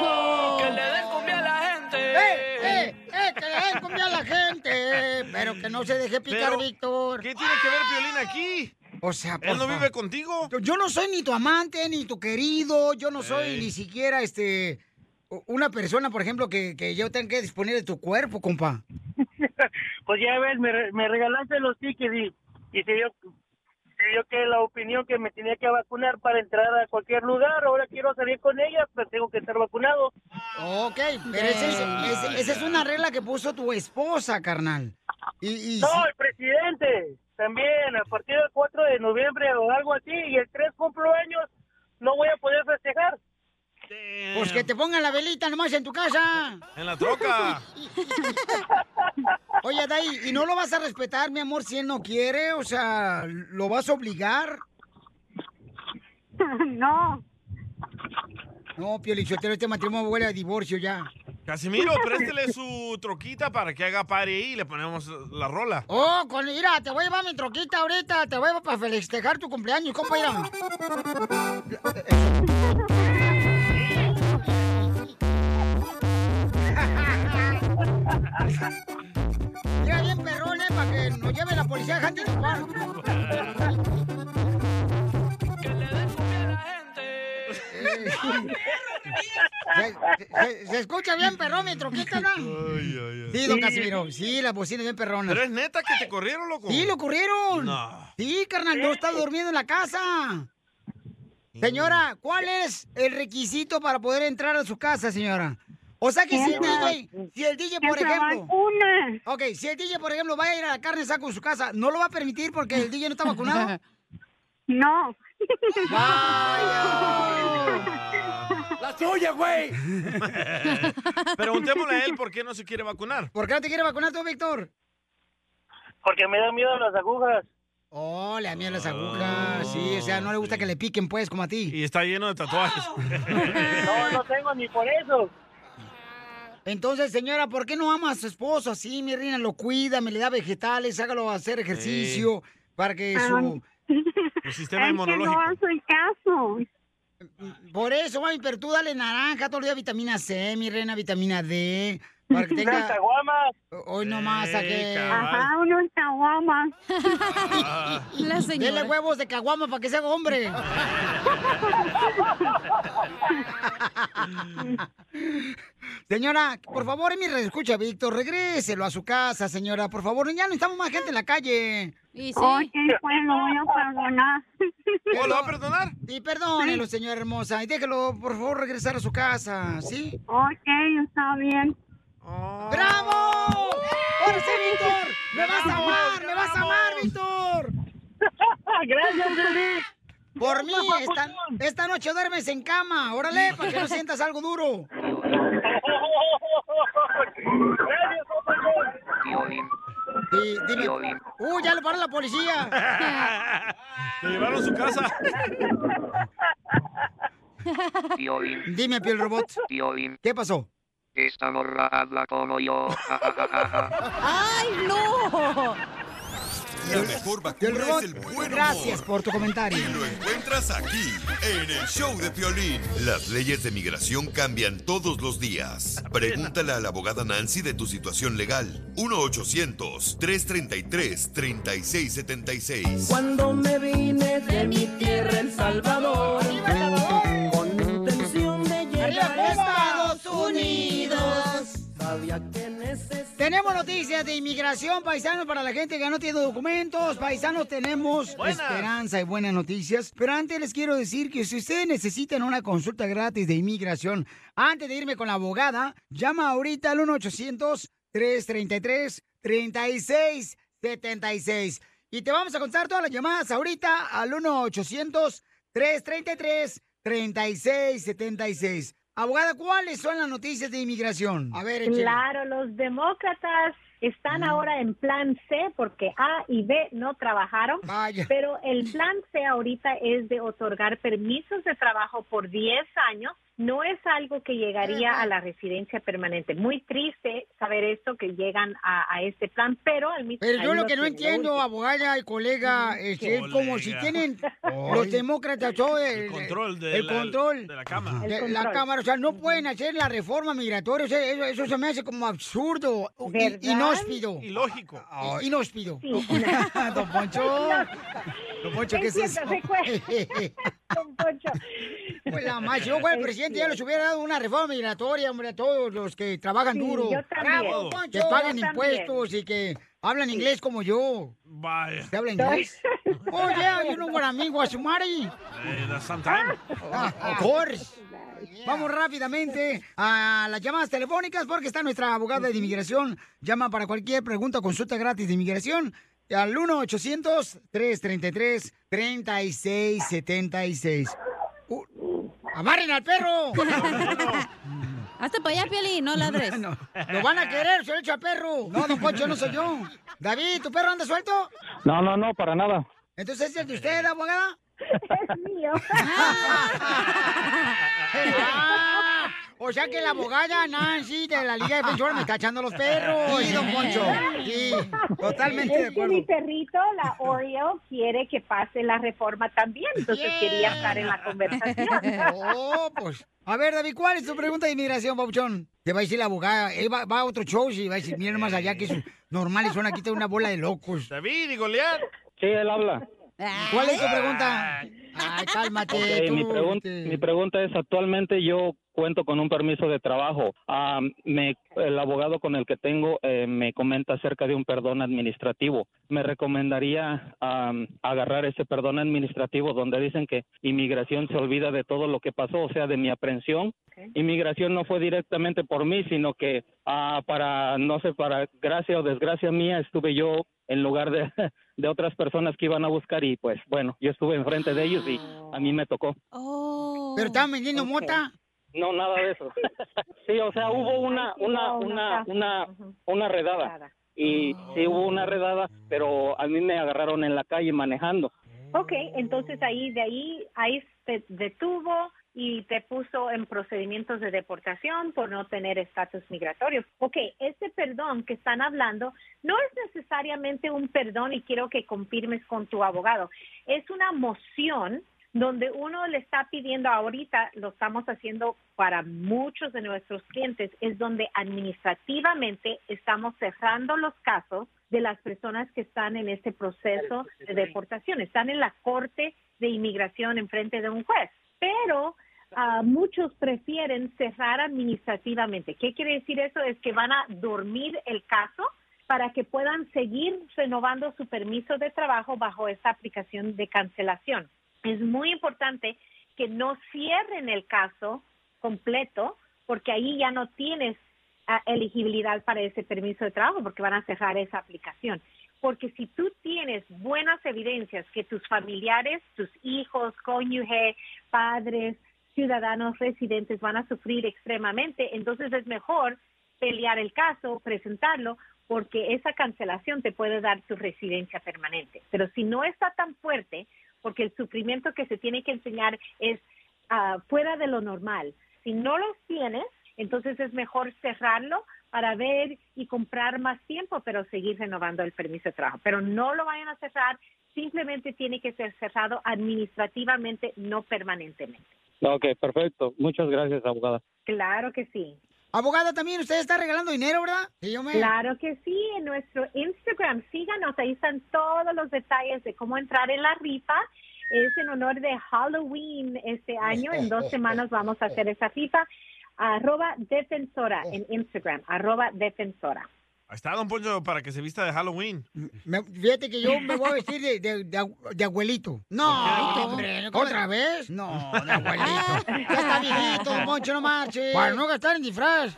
Speaker 2: ¡Oh!
Speaker 14: ¡Que
Speaker 17: le den cumbia a la gente!
Speaker 2: ¡Eh, eh, eh! ¡Que le den comida a la gente! Pero que no se deje picar,
Speaker 4: Pero,
Speaker 2: Víctor.
Speaker 4: ¿Qué tiene que ver Piolín aquí?
Speaker 2: O sea,
Speaker 4: Él no
Speaker 2: porfa.
Speaker 4: vive contigo.
Speaker 2: Yo no soy ni tu amante, ni tu querido. Yo no soy
Speaker 4: Ey.
Speaker 2: ni siquiera, este... u- Una persona, por ejemplo, que, que yo tenga que disponer de tu cuerpo, compa.
Speaker 17: Pues ya ves, me, re- me regalaste los tickets y, y te dio, te dio que la opinión que me tenía que vacunar para entrar a cualquier lugar. Ahora quiero salir con ella, pero tengo que estar vacunado.
Speaker 2: Ok, Pero ese es- ese- esa es una regla que puso tu esposa, carnal. Y, y-
Speaker 17: No, el presidente también, a partir del 4 de noviembre o algo así, y el 3 cumplo años, no voy a poder festejar.
Speaker 2: Pues que te pongan la velita nomás en tu casa.
Speaker 4: En la troca.
Speaker 2: Oye, Dai, ¿y no lo vas a respetar, mi amor, si él no quiere? O sea, ¿lo vas a obligar?
Speaker 14: No.
Speaker 2: No, Piolichotero, este matrimonio huele a divorcio ya.
Speaker 4: Casimiro, préstele su troquita para que haga party ahí y le ponemos la rola.
Speaker 2: Oh, con, mira, te voy a llevar mi troquita ahorita, te voy a llevar para festejar tu cumpleaños, compa, mira. Mira bien perrón, eh, para que nos lleve la policía a Huntington Park. Eh, se, se- se escucha bien perrón mi troquita, ¿no? Sí, don Casimiro, sí, las bocinas bien perronas.
Speaker 4: Pero es neta que te corrieron, loco.
Speaker 2: Sí, lo ocurrieron.
Speaker 4: No.
Speaker 2: Sí, carnal, no está durmiendo en la casa. Señora, ¿cuál es el requisito para poder entrar a su casa, señora? O sea que si el DJ, si el DJ, por
Speaker 14: Que se
Speaker 2: ejemplo. Ok, si el DJ, por ejemplo, va a ir a la carne saco en su casa, ¿no lo va a permitir porque el DJ no está vacunado?
Speaker 14: No.
Speaker 2: ¡La suya, güey!
Speaker 4: Preguntémosle a él por qué no se quiere vacunar.
Speaker 2: ¿Por qué no te quiere vacunar tú, Víctor?
Speaker 17: Porque me da miedo las agujas.
Speaker 2: Oh, le da miedo las agujas. Sí, o sea, no le gusta que le piquen, pues, como a ti.
Speaker 4: Ah, Y está lleno de tatuajes.
Speaker 17: No, no tengo ni por eso.
Speaker 2: Entonces, señora, ¿por qué no ama a su esposo así, mi reina? Lo cuida, me le da vegetales, hágalo hacer ejercicio para que
Speaker 14: Ah,
Speaker 2: su...
Speaker 4: El
Speaker 14: Es que no hace caso.
Speaker 2: Por eso, mami, pero tú dale naranja, todo el día vitamina C, mi reina, vitamina D, para que tenga... Hoy nomás, ¿a qué?
Speaker 14: Ajá, uno en Caguama.
Speaker 10: Ah,
Speaker 2: La señora. Dele huevos de caguama para que se haga hombre. señora, por favor, en mi red, escucha, Víctor, regréselo a su casa, señora, por favor. Ya no estamos más gente en la calle.
Speaker 14: sí. Ok, pues, lo voy a perdonar.
Speaker 2: ¿O
Speaker 14: ¿Lo va a
Speaker 4: perdonar?
Speaker 2: Sí, perdónelo, señora hermosa. Y déjelo, por favor, regresar a su casa, ¿sí?
Speaker 14: Ok, está bien.
Speaker 2: ¡Bravo! ¡Ahora sí, Víctor! ¡Me vas a amar! ¡Me vas a amar, Víctor!
Speaker 10: Ah,
Speaker 14: Gracias, Felipe.
Speaker 2: Por mí, esta, esta noche duermes en cama. Órale, para que no sientas algo duro. Sí, dime. ¡Uh, ya lo paró la policía!
Speaker 4: Le llevaron a su casa.
Speaker 2: Dime, piel robot. ¿Qué pasó?
Speaker 13: Esta morra habla como yo.
Speaker 3: ¡Ay, no!
Speaker 11: La mejor vacuna es el buen humor.
Speaker 2: Gracias por tu comentario.
Speaker 11: Encuentras aquí, en el show de Piolín. Las leyes de migración cambian todos los días. Pregúntale a la abogada Nancy de tu situación legal. 1-800-333-3676.
Speaker 10: Cuando me vine de mi tierra, El Salvador, con intención de llegar a Estados Unidos, sabía que necesitaba.
Speaker 2: Tenemos noticias de inmigración, paisanos, para la gente que no tiene documentos. Paisanos, tenemos
Speaker 10: Buenas.
Speaker 2: esperanza y buenas noticias. Pero antes les quiero decir que si ustedes necesitan una consulta gratis de inmigración, antes de irme con la abogada, llama ahorita al 1-800-333-3676. Y te vamos a contar todas las llamadas ahorita al 1-800-333-3676. Abogada, ¿cuáles son las noticias de inmigración? A ver, échale.
Speaker 14: Claro, los demócratas
Speaker 2: Mm.
Speaker 14: están ahora en plan C porque A y B no trabajaron, pero el plan C ahorita es de otorgar permisos de trabajo por 10 años. No es algo que llegaría a la residencia permanente. Muy triste saber esto que llegan a, a este plan, pero al mismo
Speaker 2: Pero yo
Speaker 14: ahí
Speaker 2: lo
Speaker 14: no
Speaker 2: que no
Speaker 14: tiene
Speaker 2: entiendo,
Speaker 14: último.
Speaker 2: abogada y colega, es, que es este, como si
Speaker 14: Colega.
Speaker 2: tienen
Speaker 14: Ay.
Speaker 2: los demócratas todo el, el
Speaker 4: control de
Speaker 2: el
Speaker 4: la-
Speaker 2: control
Speaker 4: de la Cámara.
Speaker 2: de
Speaker 4: El
Speaker 2: la
Speaker 4: control.
Speaker 2: Cámara. O sea, no pueden hacer la reforma migratoria. o sea, eso, eso se me hace como absurdo,
Speaker 4: ¿Verdad?
Speaker 2: y inhóspito.
Speaker 4: Ilógico.
Speaker 2: Ay, Inhóspito.
Speaker 4: Sí.
Speaker 2: Don Poncho. Don Poncho, ¿qué es
Speaker 14: Es
Speaker 2: eso?
Speaker 14: cierto, pues. Don Poncho.
Speaker 2: Pues la más, si yo fuera el
Speaker 14: Es
Speaker 2: presidente, ya les hubiera dado una reforma migratoria, hombre, a todos los que trabajan
Speaker 14: Sí,
Speaker 2: duro.
Speaker 14: yo también.
Speaker 2: Bravo,
Speaker 14: Don
Speaker 2: que
Speaker 14: Poncho,
Speaker 2: pagan
Speaker 14: yo también.
Speaker 2: impuestos y que hablan inglés como yo.
Speaker 4: Vaya.
Speaker 2: ¿Se habla inglés? Oh, yeah, you know what I mean, Guasumari.
Speaker 4: Eh, that's sometime.
Speaker 2: Of course. Vamos rápidamente a las llamadas telefónicas porque está nuestra abogada de inmigración. Llama para cualquier pregunta o consulta gratis de inmigración al 1-800-333-3676. Uh, ¡Amarren al perro!
Speaker 3: Hazte para allá, Pioli, no ladres.
Speaker 2: No, ¡Lo van a querer, se lo echo al perro! No, don Poncho, no soy yo. David, ¿tu perro anda suelto?
Speaker 15: No, no, no, para nada.
Speaker 2: ¿Entonces es el de usted, abogada?
Speaker 14: Es mío.
Speaker 2: Ah, o sea que la abogada Nancy de la Liga Defensora me está echando los perros. Sí, don Poncho. Sí, totalmente
Speaker 14: es
Speaker 2: de acuerdo.
Speaker 14: Que mi perrito, la Oreo, quiere que pase la reforma también, entonces quería estar en la conversación.
Speaker 2: Oh, pues. A ver, David, ¿cuál es tu pregunta de inmigración, Pauchón? Te va a decir la abogada. Él va, va a otro show y va a decir, miren más allá que es normal y son aquí toda una bola de locos.
Speaker 4: David y Goliat.
Speaker 15: Sí, él habla.
Speaker 10: Ah.
Speaker 2: ¿Cuál es tu pregunta? Ay, cálmate.
Speaker 15: Ok,
Speaker 2: tú,
Speaker 15: mi, pregun-
Speaker 2: este.
Speaker 15: mi pregunta es, actualmente yo cuento con un permiso de trabajo. Ah, me, el abogado con el que tengo eh, me comenta acerca de un perdón administrativo. Me recomendaría ah, agarrar ese perdón administrativo donde dicen que inmigración se olvida de todo lo que pasó, o sea, de mi aprehensión. Inmigración no fue directamente por mí, sino que ah, para, no sé, para gracia o desgracia mía, estuve yo en lugar de, de otras personas que iban a buscar y pues bueno, yo estuve enfrente de ellos y a mí me tocó.
Speaker 2: ¿Pero estaban vendiendo mota?
Speaker 15: No, nada de eso. sí, o sea, hubo una, una, una, una, una redada. Y sí hubo una redada, pero a mí me agarraron en la calle manejando.
Speaker 14: ok, entonces ahí, de ahí, ahí te detuvo y te puso en procedimientos de deportación por no tener estatus migratorio. Ok, este perdón que están hablando no es necesariamente un perdón y quiero que confirmes con tu abogado. Es una moción donde uno le está pidiendo ahorita, lo estamos haciendo para muchos de nuestros clientes, es donde administrativamente estamos cerrando los casos de las personas que están en este proceso de deportación, están en la corte de inmigración en frente de un juez, pero ah, muchos prefieren cerrar administrativamente. ¿Qué quiere decir eso? Es que van a dormir el caso para que puedan seguir renovando su permiso de trabajo bajo esta aplicación de cancelación. Es muy importante que no cierren el caso completo porque ahí ya no tienes ah, elegibilidad para ese permiso de trabajo porque van a cerrar esa aplicación. Porque si tú tienes buenas evidencias que tus familiares, tus hijos, cónyuge, padres, ciudadanos residentes van a sufrir extremadamente, entonces es mejor pelear el caso, presentarlo, porque esa cancelación te puede dar tu residencia permanente. Pero si no está tan fuerte, porque el sufrimiento que se tiene que enseñar es ah, fuera de lo normal. Si no los tienes, entonces es mejor cerrarlo para ver y comprar más tiempo, pero seguir renovando el permiso de trabajo. Pero no lo vayan a cerrar, simplemente tiene que ser cerrado administrativamente, no permanentemente.
Speaker 15: Ok, perfecto. Muchas gracias, abogada.
Speaker 14: Claro que sí.
Speaker 2: Abogada, también usted está regalando dinero, ¿verdad? Sí, yo me-
Speaker 14: Claro que sí, en nuestro Instagram, síganos, ahí están todos los detalles de cómo entrar en la rifa. Es en honor de Halloween este año, en dos semanas vamos a hacer esa rifa. Arroba defensora en Instagram, arroba defensora.
Speaker 4: Ahí está, don Poncho, para que se vista de Halloween.
Speaker 2: Me- fíjate que yo me voy a vestir de, de- de abu- de abuelito.
Speaker 4: ¿Por qué,
Speaker 2: No,
Speaker 4: abuelito?
Speaker 2: hombre, ¿otra vez? No, de abuelito. ya está viejito, don Poncho, no marche. Para no gastar en disfraz.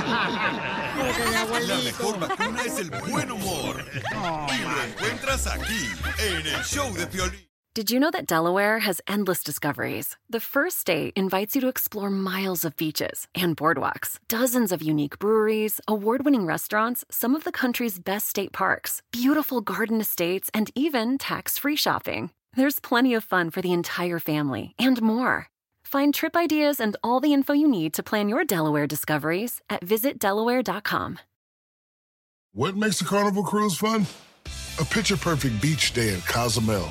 Speaker 2: Porque de
Speaker 11: La
Speaker 2: abuelito.
Speaker 11: mejor vacuna es el buen humor. Y lo encuentras aquí, en el show de Piolín.
Speaker 21: Did you know that Delaware has endless discoveries? The first state invites you to explore miles of beaches and boardwalks, dozens of unique breweries, award winning restaurants, some of the country's best state parks, beautiful garden estates, and even tax free shopping. There's plenty of fun for the entire family and more. Find trip ideas and all the info you need to plan your Delaware discoveries at visitdelaware.com.
Speaker 22: What makes a carnival cruise fun? A picture perfect beach day at Cozumel